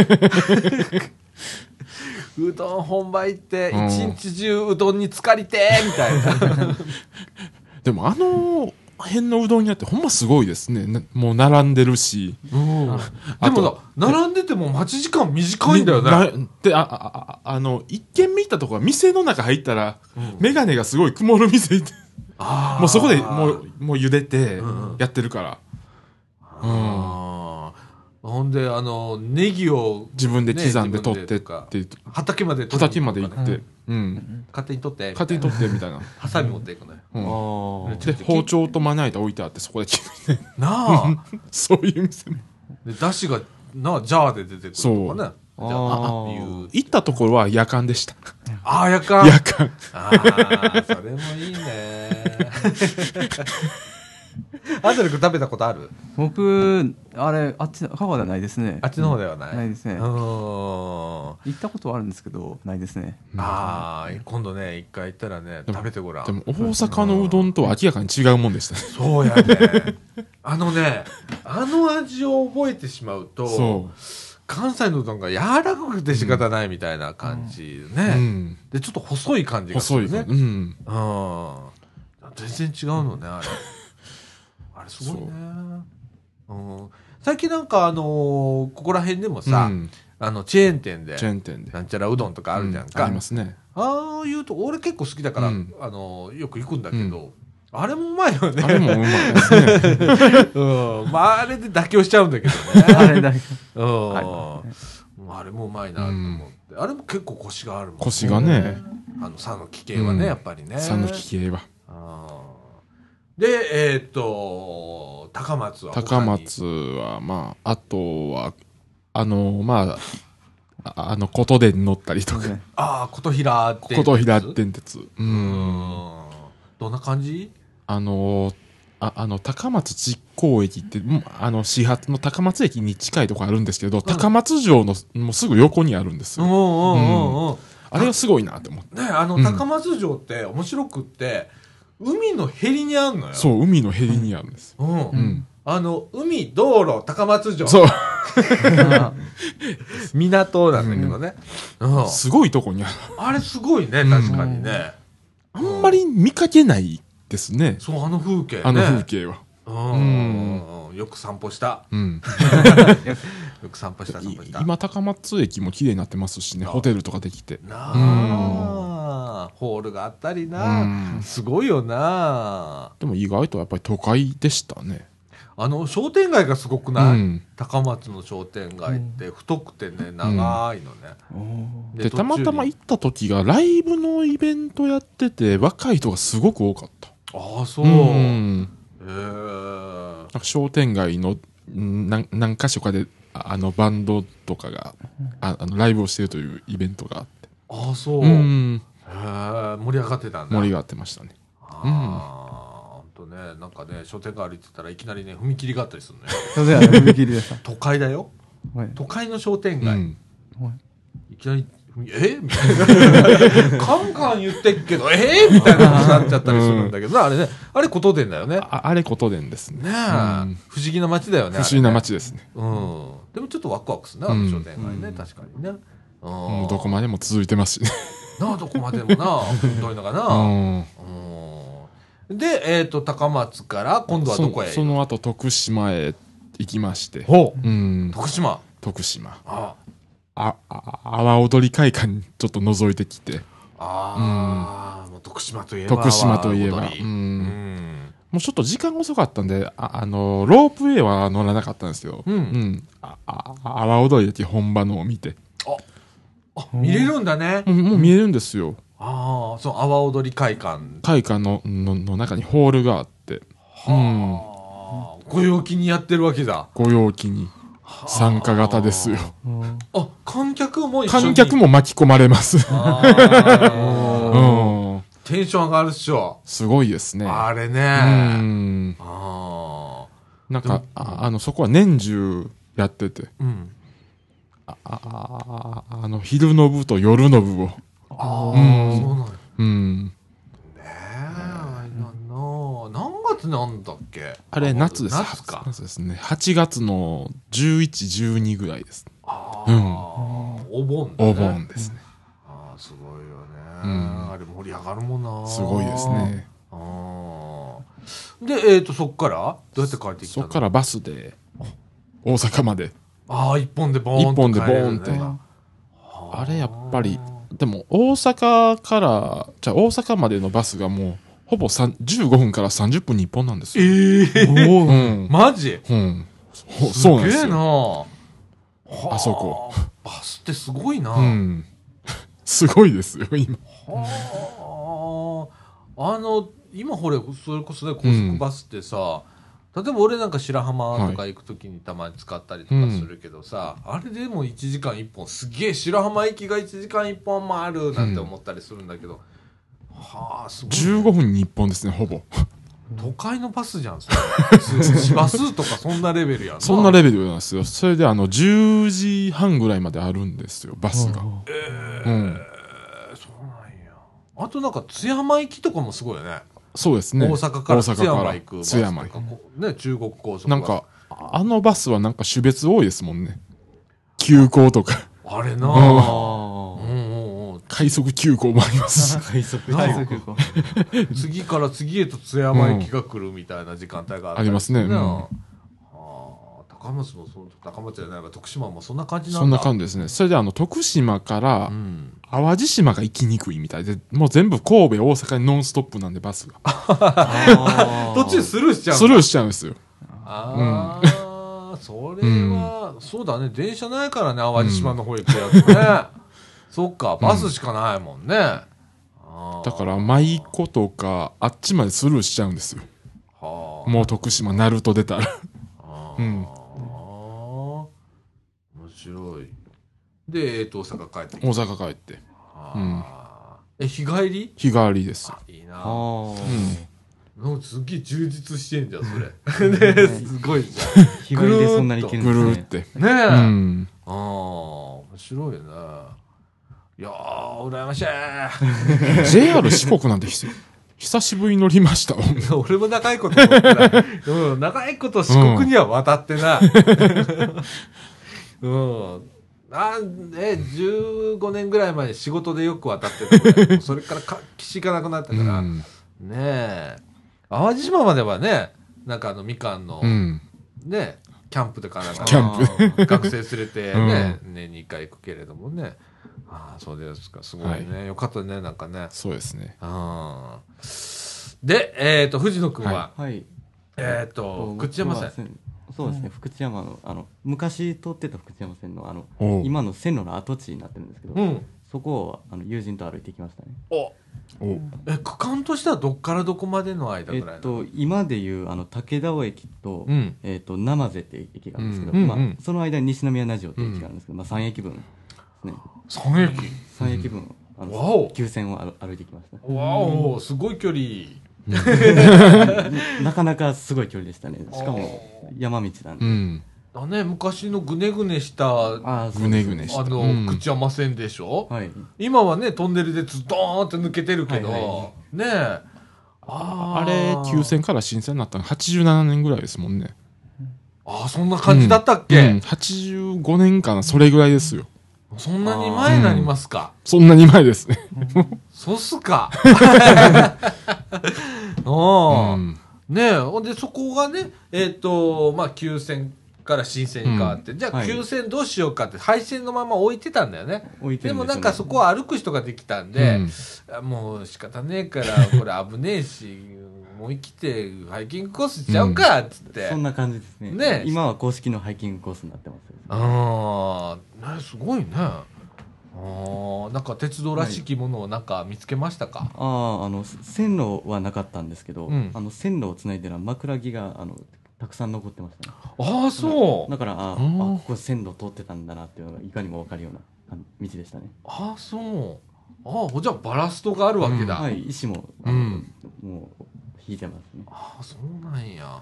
S1: ーうどん本場行って、
S4: うん
S1: 一日中うどんに浸かりてーみたいな。
S4: でも、あの辺のうどん屋ってほんますごいですね。なもう並んでるし。
S1: で
S4: あ
S1: も
S4: と
S1: な、並んでても待ち時間短いんだよね。
S4: なで、あ、あ、ああの、一見見たとこは店の中入ったら、メガネがすごい曇る店行って、もうそこでもう、もう茹でて
S1: うんうん、
S4: やってるから。うん。
S1: あーほんで、あの、ネギを
S4: 自分で
S1: ね
S4: 刻んで取っ
S1: 自分
S4: て
S1: で
S4: っ
S1: とか
S4: て、
S1: 畑まで取り
S4: 畑
S1: に
S4: ま
S1: く
S4: で
S1: と
S4: 行
S1: かね
S4: って、うん。
S1: 勝手に取って。
S4: 勝手に取ってみたい な。
S1: ハサミ持っていくのよ。
S4: うん
S2: あ
S1: ちょ
S4: で、
S1: っと聞い
S4: 包丁とまな板置いてあって、そ こで切るね
S1: なあ。
S4: そういう店も。
S1: で、だしが、なあ、ジャーで出てくるとかね。
S2: そ
S1: あ
S2: う
S1: あ
S2: あ
S1: ってい
S2: ー
S1: う。
S4: 行ったところは夜間でした。
S1: ああ、やかん。
S4: 夜間。
S1: ああ、それもいい ね。アンドレ君食べたことある
S2: 僕あれあっち香川ではないですね
S1: あっちの方ではない。
S2: ないですね
S1: うーん。
S2: 行ったことはあるんですけどないですね
S1: ああ、今度ね、一回行ったらね、
S4: も
S1: 食べてごらん。
S4: でも、大阪のうどんとは明らかに違うもんでしたね。
S1: そうやね。あのね、あの味を覚えてしまうと
S4: そ、
S1: 関西のうどんが柔らかくて仕方ないみたいな感じね。
S4: う。うん。
S1: で、ちょっと細い感じがす
S4: 細
S1: る
S4: い
S1: ね
S4: ね。。うん。
S1: うん。全然違うのね、 あれ。あれすごいね。うん。最近なんかあのーここら辺でもさ、
S4: うん
S1: あの、チェーン店で、
S4: チェーン店で。
S1: なんちゃらうどんとかあるじゃんか。
S4: うありますね。
S1: ああいうと、俺結構好きだから、
S4: うん
S1: あのーよく行くんだけど、あれもうまいよね。
S4: あれもうまいですね。
S1: うん。まあ、あれで妥協しちゃうんだけど
S2: あ
S1: ね。
S2: れだけ
S1: うん。
S2: はい
S1: もうあれもうまいなと思って。あれも結構腰があるもん
S4: 腰がね、
S1: あの、佐野木系はね、
S4: うん
S1: やっぱりね。
S4: さのき系は。
S1: あーで、えーっと、高松は他に
S4: 高松は、まあ、あとは、あの、まあ、ああの、琴電乗ったりとか、
S1: ああ、琴平って。
S4: 琴平
S1: う
S4: 電鉄。う
S1: ー
S4: ん。
S1: ん。どんな感じ
S4: あの、ああの、高松実行駅って、うんあの、始発の高松駅に近いとこあるんですけど、高松城のもうすぐ横にあるんです
S1: うん
S4: よ。
S1: うんうんうん。
S4: あれがすごいなって思って。
S1: ねあの、
S4: うん
S1: 高松城って面白くって、海のへりにあんのよ。う。
S4: そう、海のへりにあるんです。
S1: うん。
S4: うん。
S1: あの、海、道路、高松城、
S4: そう、
S1: 港なんだけどね。うん。
S4: すごいとこにある。
S1: あれすごいね、確かにね。
S4: あんまり見かけないですね。
S1: そう、あの風景ね。
S4: あの風景は。
S1: うん。うん。よく散歩した。
S4: うん。
S1: よく散歩した、散歩した。
S4: 今、高松駅も綺麗になってますしね、
S1: あ
S4: ホテルとかできて。
S1: なあ、ホールがあったりな、
S4: うん
S1: すごいよな
S4: でも意外とやっぱり都会でしたね。
S1: あの商店街がすごくない、
S4: うん
S1: 高松の商店街って太くてね長いのね、
S4: で、たまた
S1: 途
S4: ま
S1: 中に
S4: 行った時が、ライブのイベントやってて、若い人がすごく多かった。
S1: ああそう、
S4: うん。なん
S1: えー
S4: か商店街のうんなん何箇所かで、ああの、バンドとかが、ああのライブをしてるというイベントがあって。
S1: ああそう、
S4: う
S1: へ
S4: ん。
S1: え盛り上がってたんだ
S4: 盛り上がってましたね。
S1: ああ、ほんとねなんかね商店街歩いてたらいきなりね踏切があったりするね
S2: それでは踏切でした
S1: 都会だよ
S2: はい
S1: 都会の商店
S4: う
S1: 街、
S4: ん。
S1: いきなり、えみたいな。 カンカン言ってっけど、えみたいなことになっちゃったりするんだけどな、あれね。あれ、ことでんだよね。
S4: ああれことでんですね。
S1: ねえ、
S4: うん
S1: 不思議な街だよね。
S4: 不思議な
S1: あれね。
S4: 街ですね。
S1: うん。でもちょっとワクワクするな、あの商店街ね。
S2: うん
S1: 確かにね。うん
S4: もうどこまでも続いてますしね。
S1: なあ、どこまでもな、どういうのか
S4: う
S1: な。
S4: ん。
S1: うん。で、えっ、と、高松から、今度はどこへ
S4: そその後徳島へ行きまして
S1: ほう。
S4: うん
S1: 徳島。
S4: 徳島
S1: あ
S4: ああ阿波踊り会館ちょっと覗いてきて
S1: あー、もう徳島といえば。
S4: 徳島といえば
S1: 踊り
S4: うん
S1: うん
S4: もうちょっと時間遅かったんでああのロープウェイは乗らなかったんですけど
S1: うん
S4: ああ阿波踊りだけ本場のを見て
S1: あ、見れるんだね。
S4: もうもう見えるんですよ、
S1: ああ、その阿波踊り会館。
S4: 会館ののの中にホールがあって、うん、
S1: はあ、ご陽気にやってるわけだ。
S4: ご陽気に参加型ですよ。
S1: あ、観客も一緒に
S4: 観客。も巻き込まれます。
S1: あ
S4: う
S1: ー
S4: ん、
S1: テンション上がるっしょ。
S4: すごいですね。
S1: あれね。
S4: うん、
S1: ああ。
S4: なん
S1: で
S4: か
S1: も、
S4: ああの、そこは年中やってて、
S1: うん。
S4: ああああの、昼の部と夜の部を、
S1: ああ、そう
S4: うん
S1: なんやね
S4: うん、
S1: え。あれなんな何月なんだっけ
S4: あれ、夏です。
S1: 夏か。
S4: 夏ですね。8月の11、12ぐらいです。
S1: あ
S4: うん
S1: あ、お盆だね。
S4: お盆ですね。
S1: ああ、すごいよね。
S4: うん
S1: あれ盛り上がるもんな。
S4: すごいです。ね。
S1: ああ。で、えっ、と、そっからどうやって帰ってきた
S4: そ
S1: の
S4: っからバスで、大阪まで。
S1: ああ、一本でボーン
S4: 一本でボー
S1: っ
S4: ンっ
S1: 帰
S4: てて
S1: れるね。
S4: あれ、やっぱり、でも、大阪から、じゃあ大阪までのバスがもう、ほぼさん15分から30分に1本なんですよ。
S1: ええ
S4: う
S1: ー、
S4: ん。
S1: マジ
S4: うん。ほそうなんです
S1: げえな
S4: よ。
S1: は
S4: あそこ。
S1: バスってすごいな。
S4: うん。 すごいですよ、今。
S1: はあ。あの、今ほれ、それこそね、高速バスってさ、例えば俺なんか白浜とか行くときにたまに使ったりとかするけどさ、あれでも1時間1本、すげえ白浜行きが1時間1本もあるなんて思ったりするんだけど、はあ、すごいね、
S4: 15分に1本ですね、ほぼ。
S1: 都会のバスじゃん、それ。市バスとかそんなレベルやん。
S4: そんなレベルなんですよ。それで、あの、10時半ぐらいまであるんですよ、バスが。うん。
S1: そうなんや。あとなんか津山行きとかもすごいよね。
S4: そうですね。
S1: 大阪から
S4: 大
S1: 津
S4: 阪から
S1: 山行くバス
S4: 津
S1: と
S4: 山
S1: か
S4: 行く。
S1: こうね、中国高速
S4: なんか、あのバスはなんか種別多いですもんね。急行とか、
S1: あれなあう
S2: あ
S1: んうんうん
S4: 快速急行もあります
S2: あ。快速
S1: なんか
S2: 快速か。
S1: 次から次へと津山行きが来るみたいな時間帯があった
S4: ありますね
S1: なあ
S4: うん
S1: あー高松もそう高松じゃないわ徳島もそんな感じなんだ
S4: そんな感じですね。それであの、徳島から
S1: うん
S4: 淡路島が行きにくいみたいで、もう全部神戸、大阪にノンストップなんでバスが。
S2: あー
S1: 途中スルーしちゃうんだ
S4: スルーしちゃうんですよ。
S1: ああ、それは、そうだね、電車ないからね、淡路島の方行くやつね。 そっか、バスしかないもんね。あー
S4: だから、舞妓とか、あっちまでスルーしちゃうんですよ。
S1: はあ
S4: もう徳島、鳴門出 たら。
S1: あー、
S4: うん
S1: 面白い。で、えっと、大阪帰ってき
S4: 大
S1: て。
S4: 阪帰って。
S1: あーえ、日帰り
S4: 日替わりです。
S1: あいいな
S2: あ。ー
S1: なんかすっげえ充実してんじゃん、そ れ。ねすごいじゃん。ね
S2: 日帰りでそんなに行けるん
S4: ぐ
S2: です
S4: るーっ
S2: ね。
S4: て。
S1: え。
S4: うん。
S1: ああ、面白いね。いやー、羨ましい。
S4: JR 四国なんて久 久しぶりに乗りましたわ。
S1: 俺も長いこと乗ってない。うん、長いこと四国には渡ってない。 うん。あえ、15年ぐらい前に仕事でよく渡ってたから。もうそれからか、岸がなくなった
S4: う
S1: から。ね
S4: ん。
S1: え。淡路島まではね、なんかあの、みかんの、
S4: うん。
S1: ね、キャンプとかなんか、
S4: キャン
S1: プ。
S4: プ
S1: 学生連れ てね、年に1回行くけれどもね。ああ、そうですか。すごいね。よかったね、なんかね。
S4: そうですね。
S1: うん。で、えっ、と、藤野くんは、
S4: は
S2: はい。
S1: えっ、と、
S2: 僕は
S1: 口山さん。
S2: そうですね、福知山の、あの、昔通ってた福知山線の、あの、
S4: おう
S2: 今の線路の跡地になってるんですけど、
S1: うん。
S2: そこを、あの、友人と歩いてきましたね。
S1: お
S4: お
S1: え、区間としてはどっからどこまでの間
S2: え
S1: ぐらい
S2: っ
S1: なの、
S2: と、今でいう、あの、武田尾駅と、
S1: うん。
S2: えっと、生瀬って駅があるんですけど、
S1: うんうん
S2: まあ
S1: うん、
S2: その間に西宮ラジオって駅があるんですけど、まあ、3駅分ですね。
S1: 3駅。
S2: 3駅分、あ
S1: わお
S2: の、急線を歩歩いてきました。
S1: わお、すごい距離。
S2: なかなかすごい距離でしたね。しかも、山道なん
S4: う
S2: で。
S4: ん。
S1: だね、昔のぐねぐねした、あ
S2: ああ、そう
S4: ぐねぐねした。
S1: の、
S4: うん
S1: 口山線でしょ、
S2: はい。
S1: 今はね、トンネルでズドーンって抜けてるけど、
S2: はいは
S1: ねえ。あ
S4: あれ、急。線から新鮮になったの87年ぐらいですもんね。
S1: ああ、そんな感じだったっけ、
S4: うん、85年かな、それぐらいですよ。
S1: そんなに前になりますか。
S4: そんなに前ですね。
S1: そうっす か。おー
S4: うん
S1: ねえ、ほんで、そこがね、えっ、と、まあ、急線から新線に変わって、じゃあ、
S2: はい
S1: 急線どうしようかって、廃線のまま置いてたんだよね。
S2: 置いて
S1: で
S2: るん
S1: も
S2: ですよね
S1: なんかそこは歩く人ができたんで、あもう仕方ねえ から、これ危ねえし、思い切ってハイキングコースしちゃうか、っつって。
S2: そ
S1: うん
S2: な感じですね。
S1: ね
S2: 今は公式のハイキングコースになってますよ。
S1: あーね、すごいね。あおーなんか鉄道らしきものをなんか見つけましたか、
S2: あああの線路はなかったんですけど、
S1: うん
S2: あの線路をつないでるのは枕木があのたくさん残ってましたね
S1: ああそう
S2: だからああ
S4: うん
S2: ここ線路通ってたんだなっていうのがいかにも分かるようなあの道でしたね
S1: ああそうああじゃあバラストがあるわけだ、
S2: はい石もあの、
S4: うん
S2: もう引いてますね
S1: ああそうなんや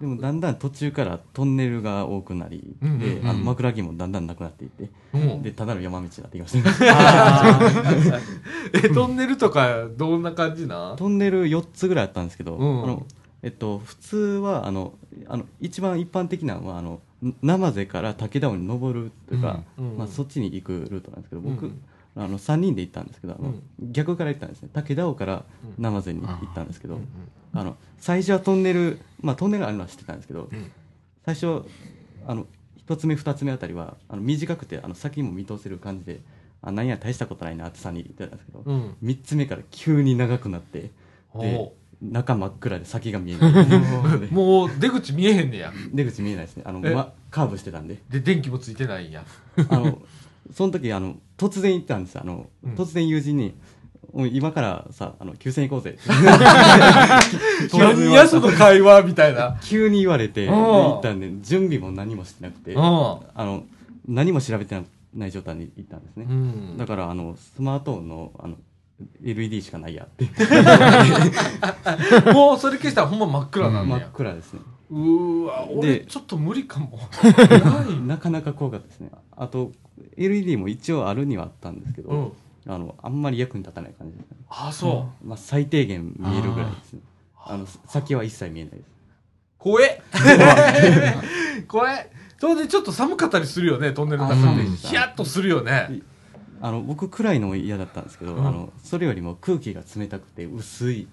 S2: でもだんだん途中からトンネルが多くなり、
S1: うんうんうん
S2: であの枕木もだんだんなくなっていって
S1: うん
S2: でただの山道になってきましたね
S1: えトンネルとかどんな感じなん
S2: トンネル4つぐらいあったんですけど、
S1: うん
S2: あのえっと、普通はあのあの一番一般的なのはあのん生瀬から武田尾に登るというか、
S1: うんうん
S2: まあ、そっちに行くルートなんですけど僕、
S1: うん
S2: あの3人で行ったんですけどあの、
S1: うん
S2: 逆から行ったんですね武田尾から生瀬に行ったんですけど、
S1: うん
S2: あの最初はトンネル、まあ、トンネルあるのは知ってたんですけど、
S1: ん
S2: 最初あの1つ目2つ目あたりはあの短くてあの先も見通せる感じであなんや大したことないなって3人言ってたんですけど、
S1: うんうん
S2: 3つ目から急に長くなってで
S1: ほ
S2: 中真っ暗で先が見 えない
S1: うもう出口見えへんねや
S2: 出口見えないですねあの、
S1: え
S2: ま、カーブしてたんで
S1: で電気もついてないん や
S2: あの その時あの突然行ったんですあの、
S1: うん
S2: 突然友人に「おい今からさあの急線行こ うぜ」突然
S1: 何やその会話みたいな
S2: 急に言われてで
S1: うん
S2: 行ったんで準備も何もしてなくてあ
S1: う
S2: の何も調べてない状態に行ったんですね、
S1: ん
S2: だからあのスマートフォンのあの LED しかないやって
S1: もうそれ消したらほんま真っ暗なん
S2: 真
S1: だ
S2: っ
S1: よ、
S2: 暗ですね
S1: うーわ俺
S2: で
S1: ちょっと無理かも
S2: なかなか怖かったですねあと LED も一応あるにはあったんですけど、
S1: うん
S2: あのあんまり役に立たない感じですね、
S1: ああそう
S2: まあ、最低限見えるぐらいですねあの先は一切見えないです
S1: 怖え これそれでちょっと寒かったりするよねトンネルの中
S2: あ
S1: で
S2: 寒いです
S1: ヒヤッとするよね
S2: あの僕暗いのも嫌だったんですけど、
S1: うん
S2: あのそれよりも空気が冷たくて薄い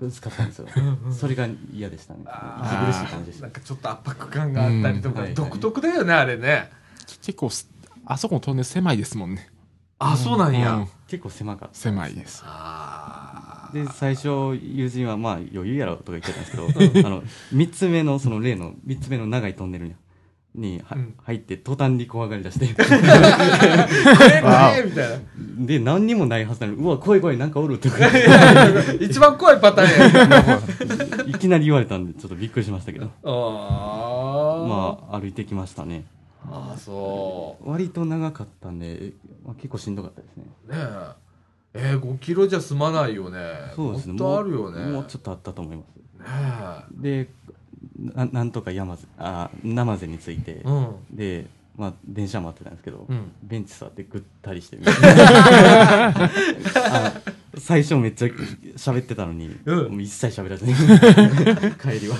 S2: 薄かったんですよそれが嫌でしたね息苦
S1: あ
S2: しい
S1: ー
S2: 感じでし
S1: な
S2: た
S1: んかちょっと圧迫感があったりと
S2: うん
S1: か
S2: はい
S1: 独特だよねあれね
S4: 結構すあそこのトンネル狭いですもんね、
S1: あそうなん
S4: う
S1: や
S4: ん
S2: 結構狭かった
S4: 狭いです
S1: あ
S2: で最初友人はまあ余裕やろとか言ってたんです けどあの3つ目のその例の3つ目の長いトンネルにには
S1: うん
S2: 入って途端に怖がりだして
S1: ー怖え怖えみたいな
S2: で何にもないはずなのにうわ怖い怖いなんかおるとか
S1: 一番怖いパターンやね
S2: いきなり言われたんでちょっとびっくりしましたけど
S1: あ
S2: まあ歩いてきましたね
S1: ーあーそ
S2: 割と長かったんで、まあ、結構しんどかったですね
S1: うねええー、5キロじゃ済まないよね
S2: そうですね
S1: もっとあるよね
S2: もうもうち
S1: ょ
S2: ょっとあったと思います
S1: っとね
S2: でななんとか山津あ生瀬につい
S1: え、
S2: て
S1: うん
S2: で、まあ、電車待ってたんですけど、
S1: うん
S2: ベンチ座ってぐったりしてあの最初めっちゃ喋ってたのに、
S1: うん
S2: もう一切喋らずに帰りは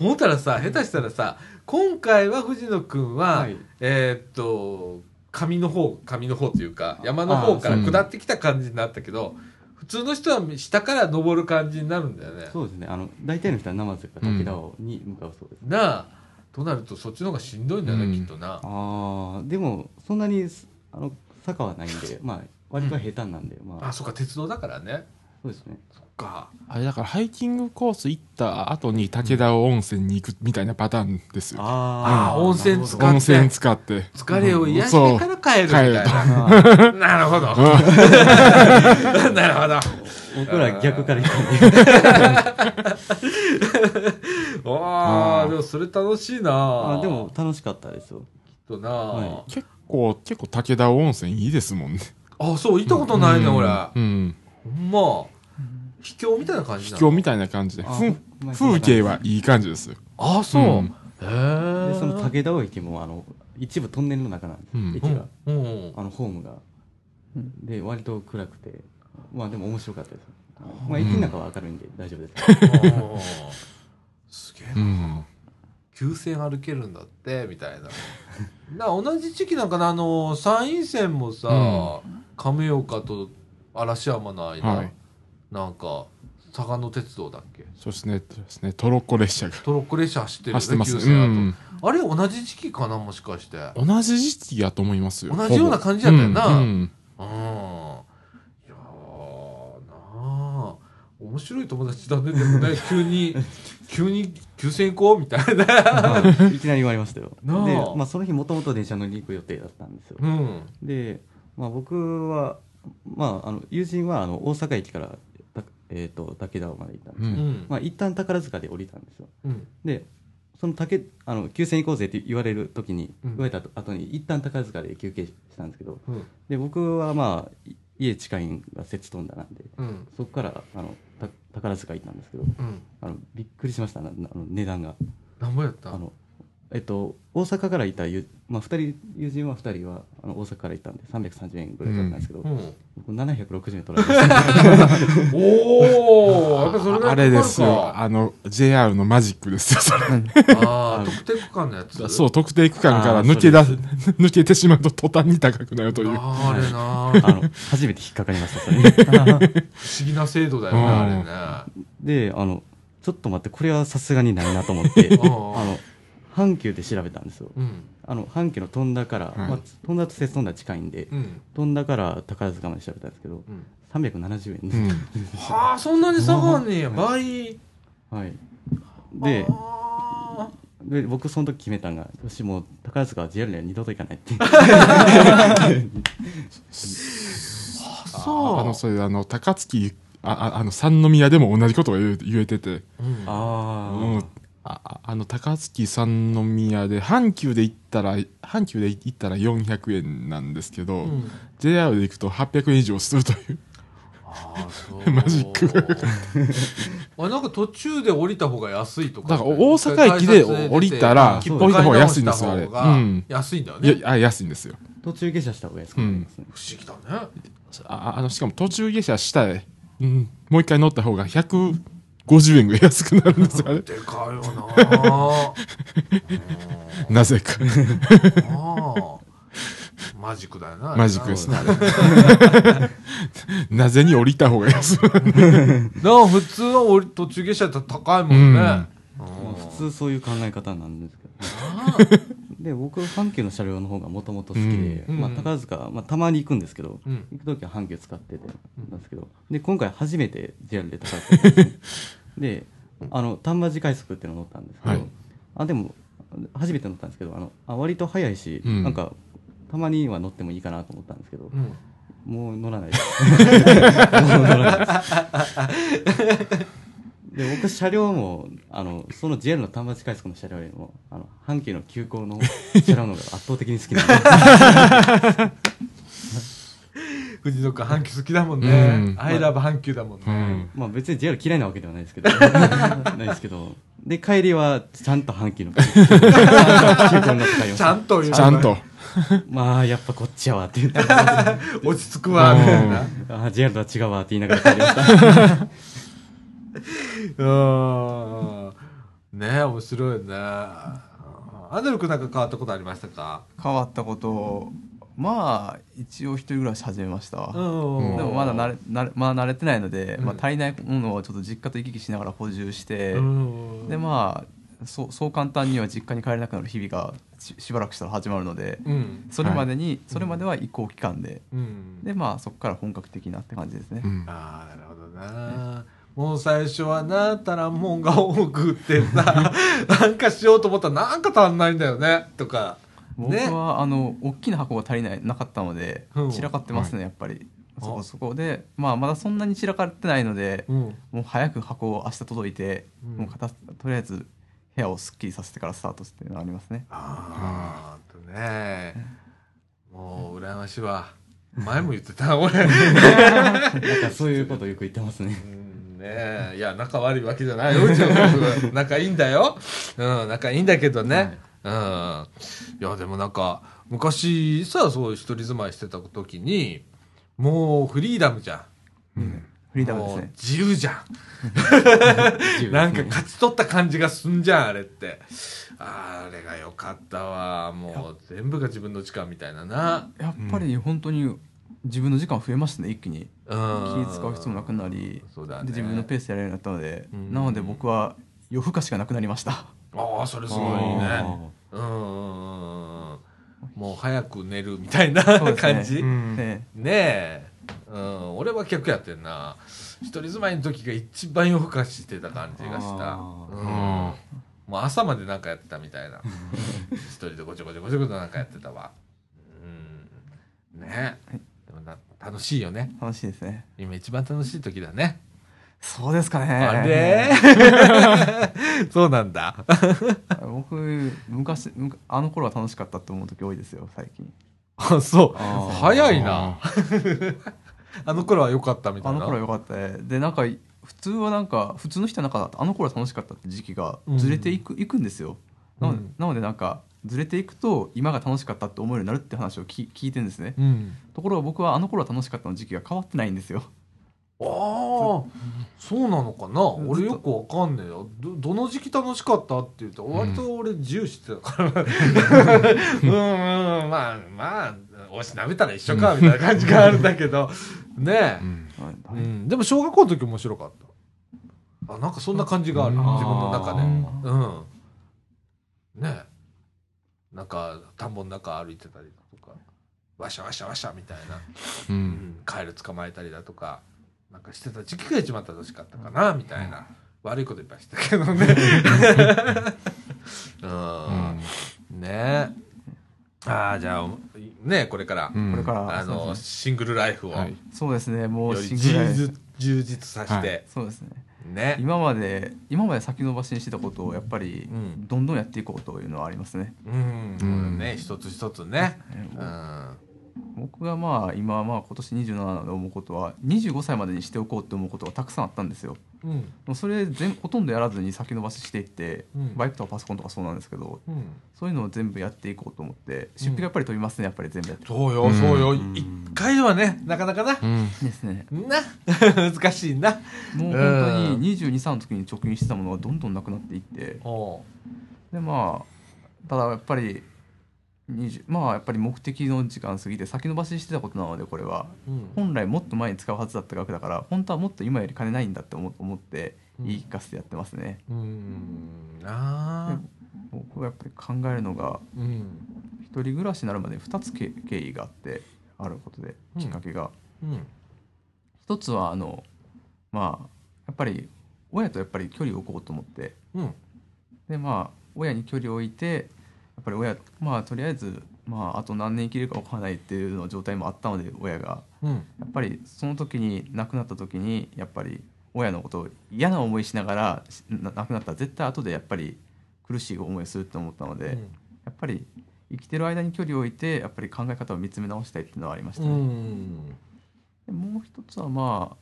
S1: 思ったらさ下手したらさ今回は藤野くんは、
S2: はい
S1: えーっと上の方上の方というか山の方から
S4: あーそう
S1: 下ってきた感じになったけど、普通の人は下から登る感じになるんだよね
S2: そうですねあの大体の人は生瀬か武田尾に向かうそうです、
S1: なあとなるとそっちの方がしんどいんだよね、
S4: うん
S1: きっとな
S2: ああでもそんなにすあの坂はないんで、まあ、割と平坦なんで、ま
S1: あ
S2: あ
S1: そっか鉄道だからね
S2: そうですね
S1: そっか
S4: あれだからハイキングコース行った後に武田温泉に行くみたいなパターンですよ。
S1: あ
S2: あ
S1: ー温泉使
S4: 温泉使って。
S1: 疲れを癒してから帰るみたいな、 なるほど なるほど
S2: 僕ら逆から行ったんで
S1: あ
S4: あ
S1: あ
S4: ー
S1: でもそれ楽しいな
S2: あでも楽しかったですよ
S1: きっとな、
S2: は
S4: 結構、結構武田温泉いいですもんね。
S1: あそう行ったことないね、
S4: うん
S1: 俺
S4: うん。
S1: ほんま秘境みたいな感じ
S4: 秘
S1: なの
S4: 境みたいな感じで。
S2: あ
S4: ふん
S2: ほんまに
S4: 風景はいい感じですよ。
S1: あそう、
S4: うん
S1: へ
S2: で
S1: え
S2: その武田尾駅もあの一部トンネルの中なんです、
S4: うん
S2: 駅
S1: う
S2: が、
S1: ん、うん、
S2: あのホームが、で割と暗くてまあでも面白かったです、まあ駅の中は明るいんで大丈夫です、
S1: あーすげえ
S4: う。
S1: なん急線歩けるんだってみたいなな同じ地域なんかなあの山陰線もさ、亀岡と嵐山の間、
S4: はい
S1: なんか嵯峨野鉄道だっけ
S4: そしてね、そうですね、トロッコ列車が
S1: トロッコ列車走ってるよ
S4: 走って
S1: ね
S4: ま
S1: 急
S4: すね。う
S1: 線だ
S4: ん。
S1: と、あれ同じ時期かなもしかして
S4: 同じ時期やと思いますよ。
S1: 同じような
S4: ほぼ
S1: 感じやったよな
S4: うんう
S1: う
S4: ん
S1: んいやーなあ面白い友達だねで もね急に急に急線行こうみたい な
S2: はいいきなり言われましたよで、
S1: なあ
S2: まあ、その日もともと電車乗りに行く予定だったんですよ
S1: うん
S2: でまあ、僕は、まあ、あの友人はあの大阪駅からた、えー、と竹田まで行ったんですね、
S4: うん
S1: ん
S2: まあ、一旦宝塚で降りたんですよ
S1: うん
S2: でその竹あの休戦行こうぜって言われる時に、
S1: うん
S2: 言われた後に一旦宝塚で休憩したんですけど
S1: うん
S2: で僕はまあい家近いんが節飛んだなんで
S1: うん
S2: そこからあのた宝塚行ったんですけど
S1: うん
S2: あのびっくりしましたななあの値段が
S1: なんぼやった
S2: あのえっと大阪からいた友,、まあ、二人友人は2人はあの大阪から行ったんで330円ぐらいだったんですけど、
S1: うん
S2: 僕760円取られました
S1: おおやっぱりそれぐらいかかるか
S4: あれですよ。あの、JR のマジックですよ、それ。
S1: ああ特定区間のやつ
S4: そう、
S1: う
S4: 特定区間から
S2: あー
S4: 抜け出す、
S2: そ
S4: 抜けてしまうと途端に高くなるという。
S1: あれな
S2: あの初めて引っかかりましたそれ
S1: 不思議な制度だよね
S4: うん
S1: あ
S2: であのちょっと待ってこれはさすがにないなと思って
S1: れね
S2: あ
S1: あ
S2: の阪急で調べたんですよ
S1: あうん
S2: あの阪急の飛んだから、
S4: うん
S2: まあ、飛んだと節飛んだ近いんで、
S1: うん
S2: 飛んだから宝塚まで調べたんですけど
S1: うん
S2: 370円
S4: う
S2: で
S4: ん。
S1: はあそんなに下がんねえや倍
S2: す、 はいで
S1: あ
S2: で僕その時決めたんがよしもう宝塚は JR には二度と行かないって
S1: ー
S4: あ
S1: そ
S4: の、それ、あの、高槻、あああの、三宮でも同じことが言え言えてて。
S1: ううん
S2: あ
S4: うん。あああの、高槻三宮で、阪急で行ったら、阪急で行ったら400円なんですけど、
S1: うん
S4: JR で行くと800円以上するという。
S1: ああそう
S4: マジッ クが
S1: あれなんか途中で降りた方が安いとか
S4: だから大阪駅で降りたら
S1: 切符
S2: 降
S4: りた方が安いんですよあれ
S1: 買い直
S4: うん
S1: した方が安いんだよ
S4: い
S1: ね、
S4: や、あ安いんですよ。
S2: 途中下車した方が安くなりますね、
S1: 不思議だね
S4: ああのしかも途中下車したい、うん、もう一回乗った方が150円ぐらい安くなるんですよあれ
S1: でかいよな
S4: なぜか
S1: ああマジックだよな
S4: マジックですすねあれなぜに降りた方が安い
S1: だから普通は降り途中下車だったら高いもんね、
S2: まあ
S1: うん
S2: 普通そういう考え方なんですけど
S1: あー
S2: で僕阪急の車両の方がもともと好きで、
S1: うん
S2: まあ、
S1: うん
S2: 宝塚、まあ、たまに行くんですけど、
S1: うん
S2: 行く時は阪急使ってて
S1: うん
S2: なんですけどで今回初めて JR で宝塚行ったんです ねであの丹波寺快速っていうの乗ったんですけど、
S4: はい
S2: あでも初めて乗ったんですけどあのあ割と早いし、
S4: うん
S2: なんかたまには乗ってもいいかなと思ったんですけど、
S1: うん
S2: もう乗らないですもう乗らないですで僕車両もあのその JR の丹波地快速の車両よりもあの阪急の急行の車両の方が圧倒的に好きなん で
S1: 藤野君阪急好きだもんね、
S4: うん
S1: アイラブ阪急だもんね、
S4: うん
S2: まあ別に JR 嫌いなわけではないですけどないですけどで帰りはちゃんと阪急の急行の使いを
S1: ちゃんと言う
S4: ちゃんと
S2: まあやっぱこっちやわって言って
S1: 落ち着くわみたいな
S2: あ JR とは違うわって言いながら帰りまし
S1: う
S2: た
S1: んねえ面白いねアネル君なんか変わったことありましたか
S3: 変わったことまあ一応一人暮らし始めましたわ、
S1: うん
S3: でもまだ慣れ慣れ,、まあ、慣れてないので、
S1: うん
S3: まあ、足りないものをちょっと実家と行き来しながら補充して、
S1: うん
S3: でまあそうそう簡単には実家に帰れなくなる日々がししばらくしたら始まるので
S1: うん
S3: それまでに、それまでは移行期間で、
S1: うん
S3: でまあそこから本格的なって感じですね、
S4: うん
S1: ああなるほどなもう最初はなたらんもんが多くって さなんかしようと思ったらなんか足んないんだよねとか
S3: 僕
S1: ね
S3: は、あの大きな箱が足りないなかったので
S1: うん
S3: 散らかってますね、やっぱり
S1: あ
S3: そこそこで、まあ、まだそんなに散らかってないので、
S1: うん
S3: もう早く箱を明日届いて、
S1: うん
S3: もう片すとりあえず部屋をすっきりさせてからスタートっていうのはありますね
S1: ああとねもう羨ましいわ前も言ってた俺
S2: なんかそういうことよく言ってますね
S1: うんねえいや仲悪いわけじゃないようちの夫婦仲いいんだよ、うん、仲いいんだけどね、うん、いやでもなんか昔さそう一人住まいしてた時にもうフリーダムじゃん
S3: フリーダムですね
S1: もう自由じゃ
S2: 自由ですね
S1: んなんか勝ち取った感じがすんじゃんあれってあれがよかったわもう全部が自分の時間みたいなな
S3: やっぱり本当に自分の時間増えましたね一気に
S1: うん
S3: 気使う必要なくなり
S1: そうだね
S3: で自分のペースでやれるようになったので、
S1: うん
S3: なので僕は夜更かしがなくなりました
S1: ああそれすごい
S2: あ
S1: ね
S2: ー
S1: うんうんうんうんもう早く寝るみたいな
S3: そうですね
S1: 感じ
S3: ね
S1: ねえ、うん、俺は逆やってんな一人住まいの時が一番夜更かししてた感じがした、
S2: あー
S1: うん、
S4: うん
S1: もう朝までなんかやってたみた いな一人でごちょごちょごちょごちょなんかやってたわうんねえ楽しいよね。
S3: 楽しいですね。
S1: 今一番楽しい時だね。
S3: そうですかね。
S1: あれ そうなんだ。
S3: 僕昔むかあの頃は楽しかったと思う時多いですよ最近
S1: あ、そう。
S3: あー
S1: 早いな。 あの頃は良かったみた
S3: あ
S1: い
S3: の
S1: な。
S3: 頃は良かったねでなんか普通はなんか普通の人はなんかあの頃は楽しかったって時期がずれていく,、いくんですよなので,、
S1: うん
S3: なのでなんかずれていくと今が楽しかったって思えるようになるって話をき聞いてるんですね
S1: うん。
S3: ところが僕はあの頃は楽しかったの時期が変わってないんですよ
S1: ああ、そうなのかな。俺よくわかんねえよ。ど、どの時期楽しかったって言うと、割と俺自由してた から。うん、うんうん、まあ、まあ、おしなめたら一緒か、みたいな感じがあるんだけど。ね
S4: うん
S1: え、うん。でも小学校の時面白かった。あ、なんかそんな感じがある。
S4: うん
S1: 自分の中で。
S3: あ
S1: うん。ねえ。なんか、田んぼの中歩いてたりとか、わしゃわしゃわしゃみたいな。
S4: う
S1: うんん、カエル捕まえたりだとかなんかしてた時期が一番楽しかったかなみたいな、悪いこといっぱいしてたけどね うん、ねえああじゃあねえこれから、
S4: うん
S3: これから、
S1: あ
S3: そう
S1: の
S3: ですね
S1: シングルライフを
S4: は
S1: よ
S4: い
S3: そうですねもう
S1: り
S3: シングルライ
S1: 充
S3: フ
S1: 実充実させて、
S3: そうですね
S1: ね
S3: 今まで今まで先延ばしにしてたことをやっぱり
S1: うん
S3: どんどんやっていこうというのはありますね
S1: うん、
S4: うん
S1: ね一つ一つね
S3: ね
S1: うん
S3: 僕がまあ今まあ今年27なので思うことは25歳までにしておこうって思うことがたくさんあったんですよ
S1: うん
S3: もうそれ全ほとんどやらずに先延ばししていって、
S1: うん
S3: バイクとかパソコンとかそうなんですけど
S1: うん
S3: そういうのを全部やっていこうと思って出費がやっぱり飛びますねやっぱり全部やって
S1: そう
S4: う
S1: よ
S4: ん
S1: そうよ
S2: うん
S1: 一、回はねなかなかな、
S4: うん
S3: ですね
S1: な 難しいな
S3: もう本当に2 2 3の時に貯金してたものがどんどんなくなっていって
S1: お
S3: でまあただやっぱり20まあやっぱり目的の時間過ぎて先延ばししてたことなのでこれは
S1: う、うん
S3: 本来もっと前に使うはずだった額だから本当はもっと今より金ないんだって思思って
S1: うん
S3: 言い聞かせてやってますね、
S1: うんなあ
S3: 僕はやっぱり考えるのが
S1: うん
S3: 一人暮らしになるまで2つけ経緯があってあることで
S1: うん
S3: きっかけが、
S1: うん
S3: 一つはあのまあやっぱり親とやっぱり距離を置こうと思って
S1: うん
S3: でまあ親に距離を置いてやっぱり親まあとりあえずまああと何年生きるか分からないっていうの状態もあったので親が
S1: うん
S3: やっぱりその時に亡くなった時にやっぱり親のことを嫌な思いしながらしな亡くなったら絶対後でやっぱり苦しい思いをすると思ったので、
S1: う
S3: や
S1: ん
S3: っぱり生きてる間に距離を置いてやっぱり考え方を見つめ直したいっていうのはありました
S1: う
S3: ね。
S1: ん
S3: でもう一つはまあ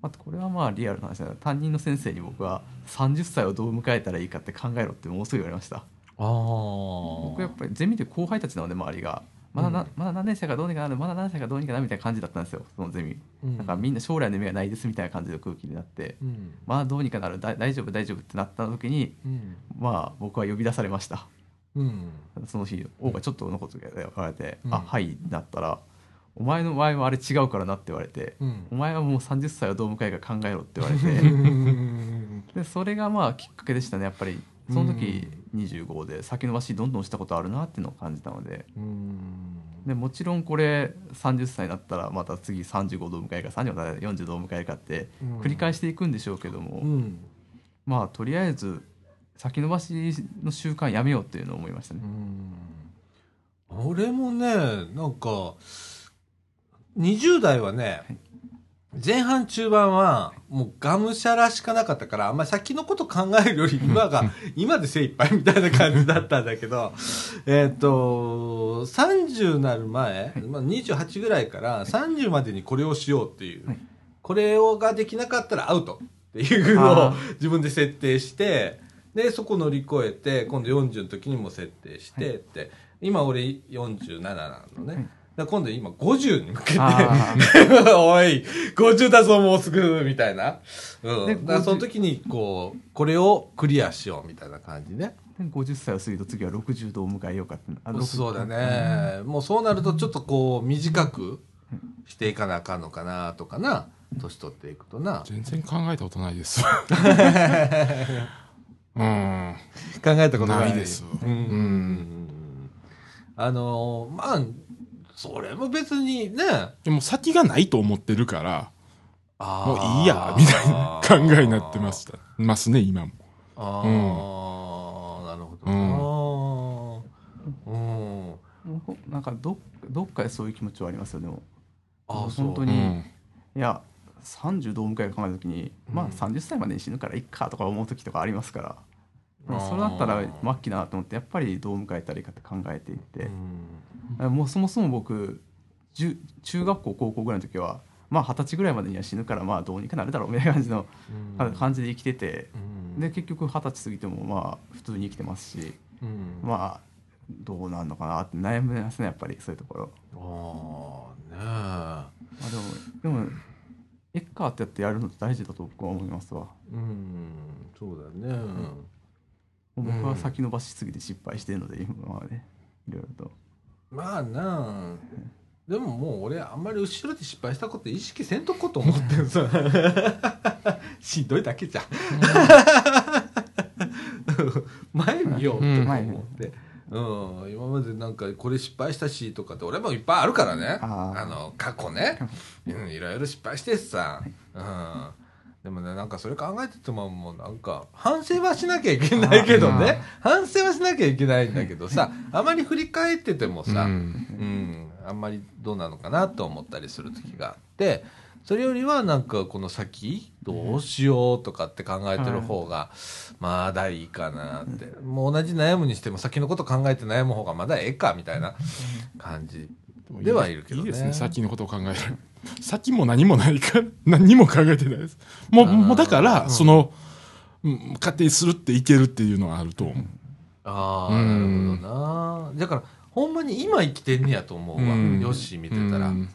S3: まあこれはまあリアルな話だな担任の先生に僕は30歳をどう迎えたらいいかって考えろってもうすぐ言われました
S1: ああ
S3: 僕やっぱりゼミで後輩たちなので周りがまだな、
S1: うん
S3: まだ何年生かどうにかなるまだ何年生かどうにかなるみたいな感じだったんですよそのゼミ
S1: うん
S3: なんかみんな将来の夢がないですみたいな感じの空気になって、
S1: うん
S3: まあどうにかなるだ大丈夫大丈夫ってなった時に
S1: うん
S3: まあ僕は呼び出されました
S1: うん
S3: その日「王がちょっとのことが言われて「
S1: うん
S3: あはい」なったら「お前の場合はあれ違うからな」って言われて
S1: う
S3: 「お
S1: ん
S3: 前はもう30歳をどう迎えるか考えろ」って言われて でそれがまあきっかけでしたねやっぱりその時25で先延ばしどんどんしたことあるなっていうのを感じたので
S1: うん
S3: でもちろんこれ30歳になったらまた次35度を迎えるか37 40度を迎えるかって繰り返していくんでしょうけども、
S1: うん
S3: まあとりあえず先延ばしの習慣やめようっていうのを思いましたね
S1: う。ん俺もねなんか20代はね前半中盤はもうがむしゃらしかなかったからあんまり先のこと考えるより今が今で精一杯みたいな感じだったんだけど えっと30なる前、まあ、28ぐらいから30までにこれをしようっていう、
S3: はい
S1: これをができなかったらアウトっていうのを
S3: あ
S1: 自分で設定してでそこ乗り越えて今度40の時にも設定してって、今俺47なのね、
S3: はい
S1: だから今度今50に向けて
S3: あ ー
S1: おい、50だぞ、もうすぐ、みたいな。う
S3: で
S1: ん。だから
S3: 50
S1: その時に、こう、これをクリアしよう、みたいな感じね。
S3: で50歳を過ぎると次は60度を迎えようかってあ60
S1: そうだね。もうそうなると、ちょっとこう、短くしていかなあかんのかな、とかな。年取っていくとな。
S4: 全然考えたことないです うん
S1: 考えた
S4: ないです
S1: うんうん。あのー、まあ、それも別にね、
S4: でも先がないと思ってるからもう
S1: あー
S4: いいやみたいな考えになってましたますね今も
S1: ああ、なるほどな。うん。
S3: 僕なんかどっどっかでそういう気持ちはありますよでも
S1: あそう
S3: 本当
S4: う
S3: に、
S4: ん
S3: いや30どう迎えるか考えた時に、ま
S1: う
S3: あ
S1: ん
S3: 30歳までに死ぬからいっかとか思う時とかありますから、
S1: あー
S3: それだったら末期だなと思ってやっぱりどう迎えたらいいかって考えていって
S1: う、ん
S3: もうそもそも僕中中学校高校ぐらいの時はまあ二十歳ぐらいまでには死ぬからまあどうにかなるだろうみたいな感じの
S1: うん
S3: 感じで生きてて、
S1: うん
S3: で結局二十歳過ぎてもまあ普通に生きてますし、
S1: うん
S3: まあどうなんのかなって悩みますねやっぱりそういうところ。
S1: ああね
S3: まあ、でもでもエッカーってやってやるのって大事だと僕は思いますわ。
S1: えうんそうだね、
S3: 僕
S1: うん
S3: は先延ばしすぎて失敗してるので今までいろいろと
S1: まあなあでももう俺あんまり後ろで失敗したこと意識せんとこうと思ってんさしんどいだけじゃん前見ようと
S4: うん
S1: 思って、うん、今までなんかこれ失敗したしとかって俺もいっぱいあるからね
S3: あー
S1: あの過去ね、うん、いろいろ失敗してさ、うん、でもねなんかそれ考えててももうなんか反省はしなきゃいけないけどね反省はしなきゃいけないんだけどさあまり振り返っててもさ、
S4: うん
S1: うん、あんまりどうなのかなと思ったりする時があってそれよりはなんかこの先どうしようとかって考えてる方がまだいいかなってもう同じ悩むにしても先のこと考えて悩む方がまだええかみたいな感じ
S4: も
S1: ではいるけどね
S4: いいですね、先のことを考える。先も何もないから、 何も考えてないです。もう、
S1: あー
S4: もうだから、
S1: うん
S4: その、うん勝手にするっていけるっていうのはあると思う。
S1: あ
S4: う
S1: あなる
S4: ん
S1: ほどなだからほんまに今生きてんねやと思うわ、
S4: うん
S1: よし見てたら
S4: う、ん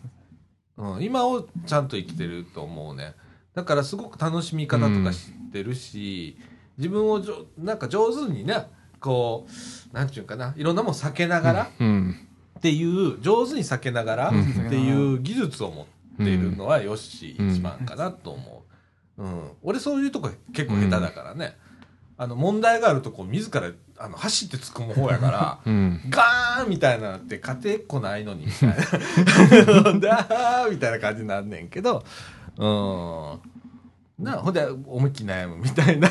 S1: うん、今をちゃんと生きてると思うねだからすごく楽しみ方とか知ってるし、自分をじょなんか上手にねこうなんていうかないろんなもん避けながら
S4: うん。
S1: っていう、上手に避けながらっ
S4: うん
S1: ていう技術を持っているのはよし
S4: うん
S1: 一番かなと思う、うん、俺そういうとこ結構下手だからね、あの問題があるとこ自らあの走って突っ込む方やから
S4: うん。
S1: ガーンみたいなのって勝てっこないのにみたいな だーみたいな感じになんねんけどうんなほんで思いっきり悩むみた いな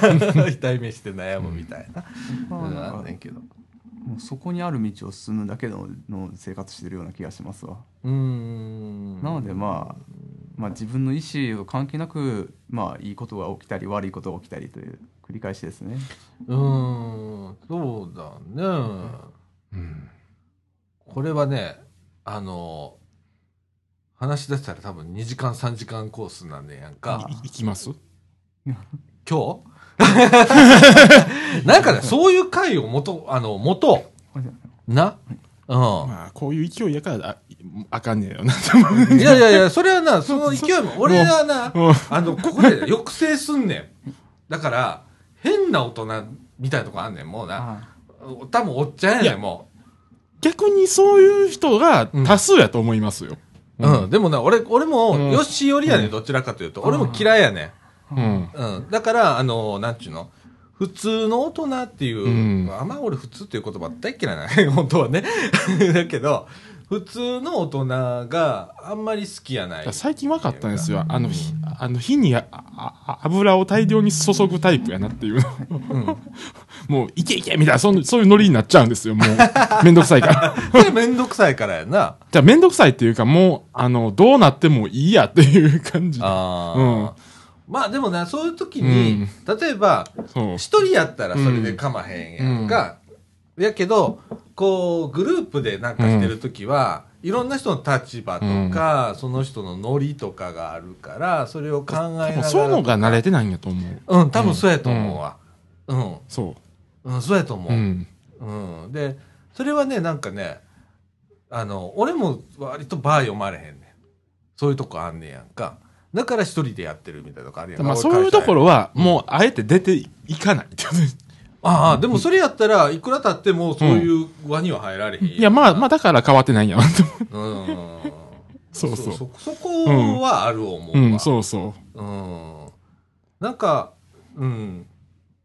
S1: 痛い目して悩むみたいな、
S3: ま
S1: う
S3: あ
S1: ん、
S3: な
S1: あ
S3: ん
S1: ん
S3: か
S1: ねんけど
S3: もうそこにある道を進むだけのの生活してるような気がしますわ、
S1: うーん
S3: なのでまあまあ自分の意思と関係なくまあいいことが起きたり悪いことが起きたりという繰り返しですね
S1: うーんそうだね、
S4: うん
S1: これはねあの話し出したら多分2時間3時間コースなんねやんか
S4: いいきます
S1: 今日なんかねそういう回をもとあのもとなうん、
S4: まあ、こういう勢いやから、ああかんねえよな。
S1: いやいやいやそれはなその勢いも俺はな
S4: もう
S1: あのここで抑制すんねんだから変な大人みたいなとこあんねんもうな
S3: あ
S1: 多分おっちゃんやねんもう
S4: 逆にそういう人が
S1: うん
S4: 多数やと思いますよ。
S1: うん、でもな、俺、俺も、
S4: うん
S1: よしよりやね、ん、どちらかというと。俺も嫌いやね。
S4: うん。
S1: うん。だから、あの、なんちゅうの普通の大人っていう、
S4: うん
S1: あんま俺普通っていう言葉大っ嫌いなの 本当はね。だけど、普通の大人があんまり好きやない。
S4: 最近分かったんですよ。あの、ひあの火にああ油を大量に注ぐタイプやなっていう。
S1: うん。
S4: もう、いけいけみたいな、そんそういうノリになっちゃうんですよ。もう、めんどくさいから。
S1: それめんどくさいからやな。
S4: じゃあ、めんどくさいっていうか、もう、あの、どうなってもいいやっていう感じで。
S1: ああ、まあでもな、そういう時に、例えば、
S4: そう。
S1: 一人やったらそれでかまへんやんか、やけどこうグループでなんかしてる時は、いろんな人の立場とか、その人のノリとかがあるからそれを考えなが
S4: 多
S1: ら
S4: 分そういうのが慣れてないんやと思う。
S1: うん多分そうやと思うわうん、
S4: そ
S1: うんそうやと思
S4: う。う
S1: う、
S4: ん。
S1: うんでそれはねなんかねあの俺も割とバー読まれへんねんそういうとこあんねやんかだから一人でやってるみたいなとこあるやんか
S4: まあ、
S1: 俺
S4: そういうところは、
S1: うん
S4: もう、あえて出ていかないってことです。
S1: ああ、でもそれやったらいくら経ってもそういう輪には入られへん。
S4: いや、まあ、まあ、だから変わってないんやなと思う。
S1: うん。
S4: そうそう。
S1: そそこはある思うわ。
S4: うん、そうそ
S1: うん。なんか、うん。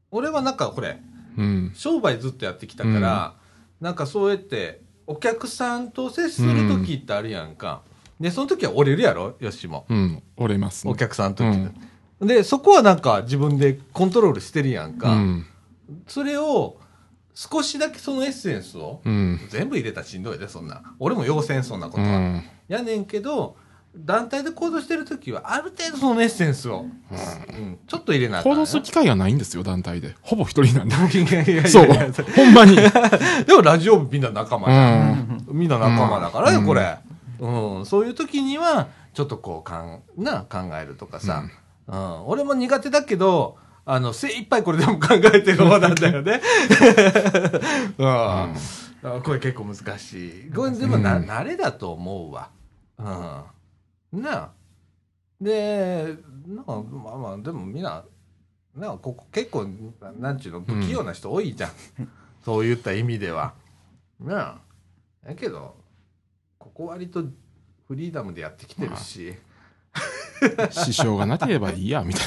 S1: 俺はなんかこれ、
S4: う。うん。
S1: 商売ずっとやってきたから、なんかそうやって、お客さんと接する時ってあるやんか。で、その時は折れるやろよしも。
S4: うん、折れますね。
S1: お客さんと、で、そこはなんか自分でコントロールしてるやんか。
S4: うん。
S1: それを、少しだけそのエッセンスを、
S4: うん。
S1: 全部入れたらしんどいでそんな俺も要せんそんなこと
S4: う
S1: は、
S4: ん
S1: やねんけど団体で行動してる時はある程度そのエッセンスを、うんちょっと入れなあかん
S4: 行動する機会がないんですよ、団体で。ほぼ一人なんで。
S1: いやいやいやいや
S4: そう。ほん まに。
S1: でもラジオ部みんな仲間
S4: う
S1: じゃん
S4: ん。
S1: みんな仲間だからよ、
S4: うん
S1: これ、うんそういう時にはちょっとこうかんな考えるとかさ、うん俺も苦手だけどあの精一杯これでも考えてる方なんだよ ね。うんあこれ結構難しい。これでもな、
S4: うん
S1: 慣れだと思うわ。うん、なあでなんかまあまあでもみんななんかここ結構ななんちゅうの不器用な人多いじゃん、そういった意味では。なあだけどここ割とフリーダムでやってきてるし、
S4: 支障がなければいいや、みたい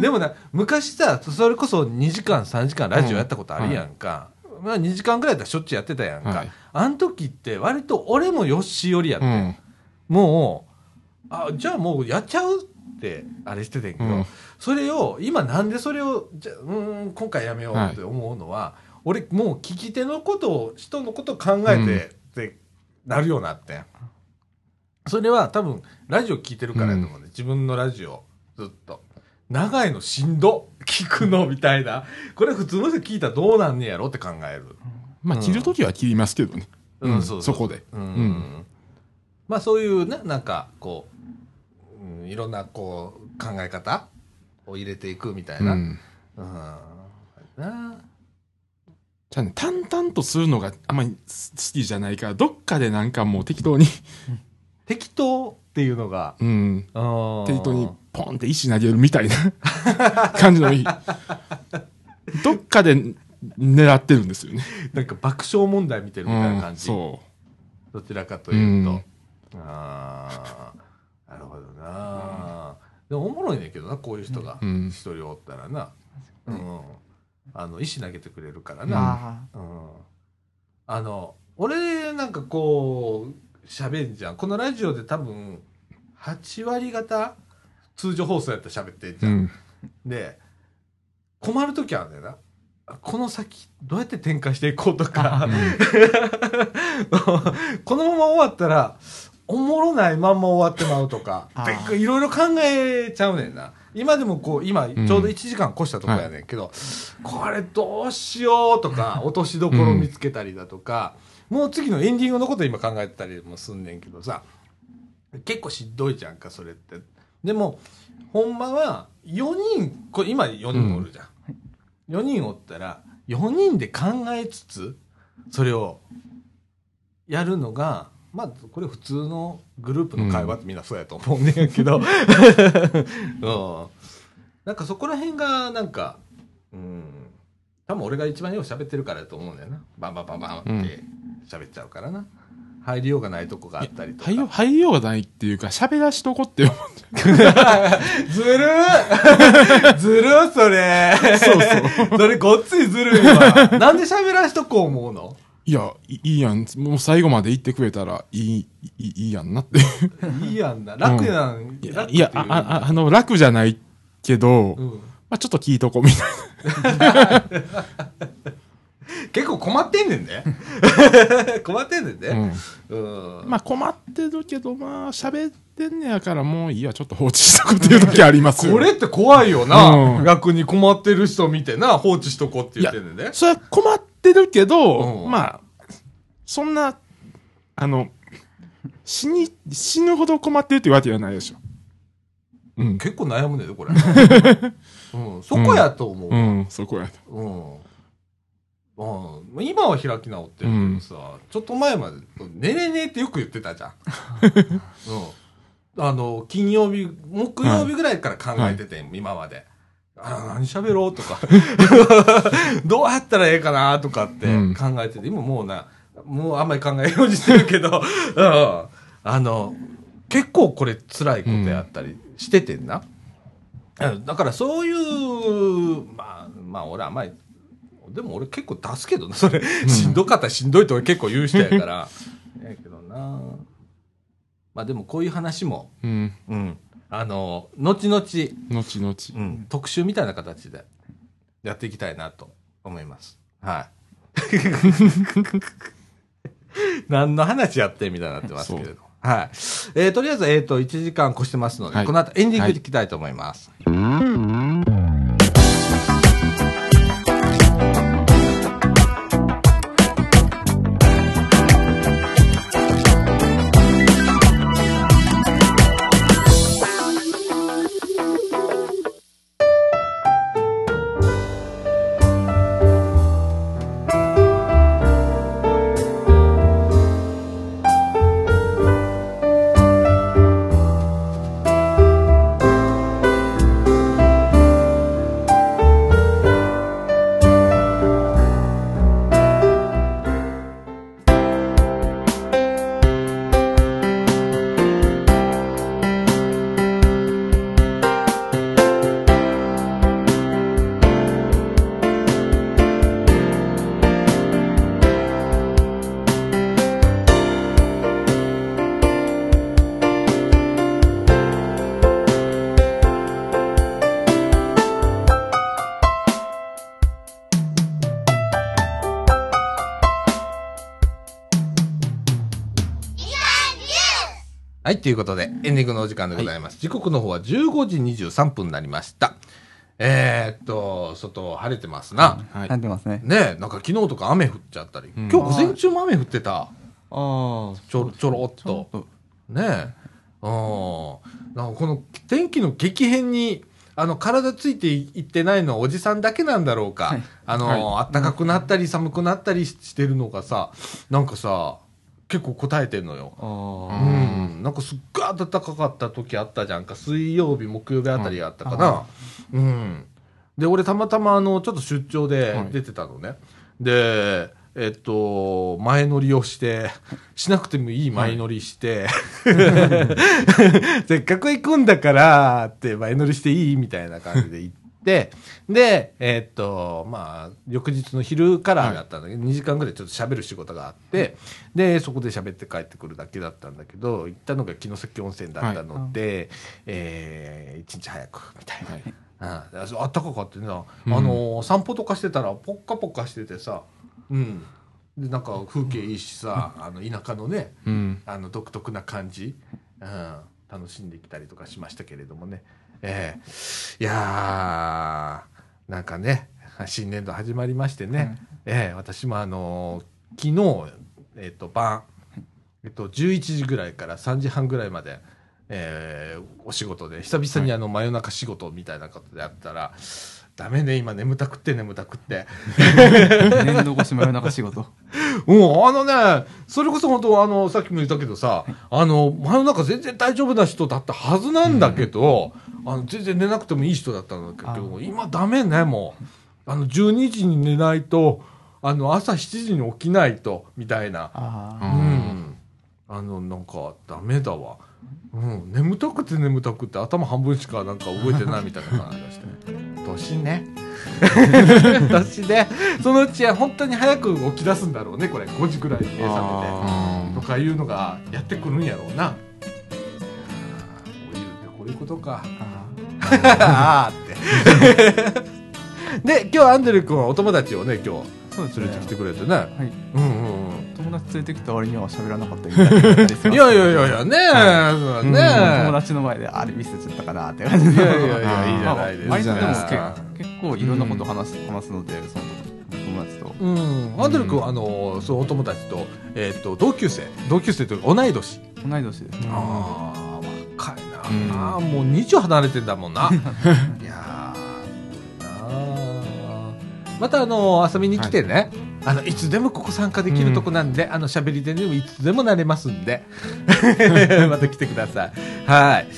S1: でもな昔さそれこそ2時間3時間ラジオやったことあるやんか、まあ、2時間ぐらいだったらしょっちゅうやってたやんか、
S4: な。はい。
S1: あの時って割と俺もよっしーよりやって、
S4: うん。
S1: もうあじゃあもうやっちゃうってあれしてたんやけど、
S4: うん
S1: それを今なんでそれをじゃうーん今回やめようって思うのは、俺もう聞き手のことを人のことを考えて、
S4: うん
S1: ってなるようになってんそれは多分ラジオ聞いてるからやと思うね、自分のラジオずっと長いのしんど聞くのみたいなこれ普通の人聞いたらどうなんねやろって考える、
S4: まあ、切るときは切りますけどね。
S1: うん
S4: うん
S1: そうそ
S4: そ
S1: う
S4: こで。
S1: うん
S4: ん
S1: まあそういうねなんかこう、うん、いろんなこう考え方を入れていくみたいうな、
S4: ん。
S1: うんな
S4: じゃあね、淡々とするのがあんまり好きじゃないから、どっかでなんかもう適当に、
S1: 適当って いうのが
S4: うん、
S1: 適
S4: 適当にポンって石投げるみたいな 感じ のいい。どっかで狙ってるんですよね。
S1: なんか爆笑問題見てるみたいな感じ、
S4: うんそ
S1: どちらかというと、
S4: うん
S1: ああなるほどな、でもおもろいねんけどなこういう人が
S4: うん
S1: 一人おったらな、う
S3: うんん
S1: あの石投げてくれるから
S4: うん
S1: な、う
S3: あ
S1: んあの俺なんかこう喋んじゃんこのラジオで多分8割方通常放送やったら喋ってんじ
S4: う。う
S1: ゃん、
S4: ん。
S1: で困る時あるんだよなこの先どうやって展開していこうとか、 このまま終わったらおもろないまんま終わってまうとか
S3: あー
S1: でいろいろ考えちゃうねんな今でもこう今ちょうど1時間越したとこやねんけど、これどうしようとか落としどころ見つけたりだとか、もう次のエンディングのこと今考えてたりもすんねんけどさ結構しんどいじゃんかそれってでもほんまは4人これ今4人おるじゃん、4人おったら4人で考えつつそれをやるのがまあこれ普通のグループの会話ってみんなそうやと思うねんやけど、 うん、なんかそこら辺がなんかうん多分俺が一番よく喋ってるからだと思うんだよなバンバンバンバンって喋っちゃうからな、入りようがないとこがあったりとか
S4: 入りよう入りようがないっていうか、喋らしとこって思っ
S1: ずるー ずるーそれ
S4: そうそう。
S1: それごっついずるいわなんで喋らしとこう思うの
S4: いや、いいいやん。もう最後まで言ってくれたらいい、いいいいやんなって。
S1: いいやんな楽やん、
S4: い
S1: 楽
S4: や
S1: って
S4: い
S1: い
S4: やああ、あの、楽じゃないけど、
S1: う
S4: ま
S1: ん
S4: あちょっと聞いとこうみたいな。
S1: 結構困ってんねんね 困ってんねんねうん、
S4: まあ困ってるけど、まあ喋ってんねやからもういいや、ちょっと放置しとこうっていう時ありますよ。
S1: これって怖いよな、
S4: うん
S1: 逆に困ってる人見てな放置しとこうって言ってんねんね
S4: それは困ってるけど、
S1: うん
S4: まあ、そんな、あの、死に、死ぬほど困ってるってわけじゃないでしょ。うん。
S1: 結構悩むねんで これ、うん、そこやと思う、
S4: うん、そこやと。
S1: うんうん、今は開き直ってるけどさ、ちょっと前まで「寝れねえ」ってよく言ってた じゃん。うん、あの金曜日木曜日ぐらいから考えてて、今まで。あ何喋ろうと かどうやったらええかなとかって
S4: うん
S1: 考えてて、今もうなもうあんまり考えようにしてるけど、うん、あの結構これ辛いことやったりしててんな。うんだからそういう、まあ、まあ俺あんまり、でも俺結構出すけどな、それ。しんどかったらしんどいと俺結構言う人や から。やけどな。まあでもこういう話も、
S4: うん。
S1: うん。あの、後々、
S4: 後々。
S1: うん、特集みたいな形でやっていきたいなと思います。はい。何の話やってんみたいになってますけれど。はい。えーとりあえず、えっ、と、1時間越してますので、
S4: はい
S1: この後エンディングでいきたいと思います。はい、ということで、エンディングのお時間でございます。時刻の方は15時23分になりました。えーっと、外晴れてますな。
S4: はい
S3: なっ。てますね。
S1: ねえ、なんか昨日とか雨降っちゃったり、
S4: うん
S1: 今日午前中も雨降ってた。
S2: ああ
S1: ちょろちょろっ
S3: ちょ
S1: と
S3: っ。と
S1: ねえ。うん。なんかこの天気の激変に、あの、体ついていってないのはおじさんだけなんだろうか。
S3: はい
S1: あの、暖かくなったり寒くなったりししてるのがさ、なんかさ、結構答えてんのよ。
S2: あ
S4: う
S2: あ
S4: ん
S1: うん、なんかすっごい暖かかった時あったじゃんか水曜日木曜日あたりあったかな、うんで俺たまたまあのちょっと出張で
S4: はい
S1: 出てたのね、でえっと前乗りをして しなくてもいい前乗りして、 せっかく行くんだからって前乗りしていいみたいな感じで行 ってでえっとまあ翌日の昼からだったんだけど、2時間ぐらいちょっと喋る仕事があって、でそこで喋って帰ってくるだけだったんだけど行ったのが城崎温泉だったので、え1日早くみたいな。
S4: はい
S1: うん、あそうあったかかってな、
S4: うん
S1: あのー散歩とかしてたらポッカポッカしててさ、うん、でなんか風景いいしさあの田舎のね
S4: うん。
S1: あの独特な感じ、うん、楽しんできたりとかしましたけれどもね、ええいやーなんかね新年度始まりましてね、ええ私もあのー昨日、えっと晩、えっと11時ぐらいから3時半ぐらいまで、ええお仕事で久々にあの真夜中仕事みたいなことであったら、ダメね今眠たくって眠たくって。
S3: 年度越し真夜中仕事。
S1: うん、あのね、それこそ本当、あの、さっきも言ったけどさ、あの、真夜中全然大丈夫な人だったはずなんだけど、あの、全然寝なくてもいい人だったんだけど、今ダメね、もう。あの、12時に寝ないと、あの、朝7時に起きないと、みたいな。
S3: あ
S4: う
S1: うん
S3: あ。
S4: ん。
S1: ん。あの、なんか、ダメだわ。うん、眠たくて眠たくて頭半分しかなんか覚えてないみたいな感じがして。 年ね。 年ね。そのうちは本当に早く起き出すんだろうね、これ。5時くらいに目覚めて。とかいうのがやってくるんやろうな。お湯ってこういうことか。
S3: あ
S1: あーって。 で、今日アンデル君はお友達をね、今日
S3: ーそうですね
S1: 連れてきてくれてね。
S3: はい。
S1: うんうんうん。
S3: 友達連れてきた割には喋らな かったみたいなですが
S1: いやいやいやいや、ねえ、そうねえ
S3: 友達の前であれ見せちゃったかなって感じ
S1: いやいやいや、いいじ
S3: ま
S1: ゃ
S3: あ
S1: ないですか。
S3: 割とでも
S4: いいじゃない
S3: け結構いろんなこと話す話すのでその友達と
S1: うん、アンデル君はあのそのお友達と,、えっと同級生同級生というか同い年
S3: 同い年ですね
S1: ああ若いな、
S4: うん
S1: ああもう20離れてんだもん ないやーあーまたあの遊びに来てね、いあのいつでもここ参加できるとこなんで、あの喋り手にもいつでもなれますん でまた来てくださいはい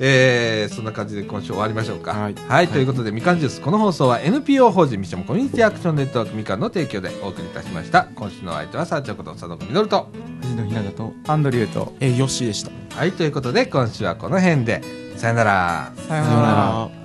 S1: えー、そんな感じで今週終わりましょうか
S4: はい
S1: ということでみかんジュースこの放送は NPO 法人ミッションコミュニティアクションネットワークみかんの提供でお送りいたしました今週のお相手はさあちゃんこと佐藤みのると
S2: 藤野ひなだと
S3: アンドリューと
S4: えー、よしでした。
S1: はい、ということで今週はこの辺で。さよなら。
S3: さよ
S2: さよなら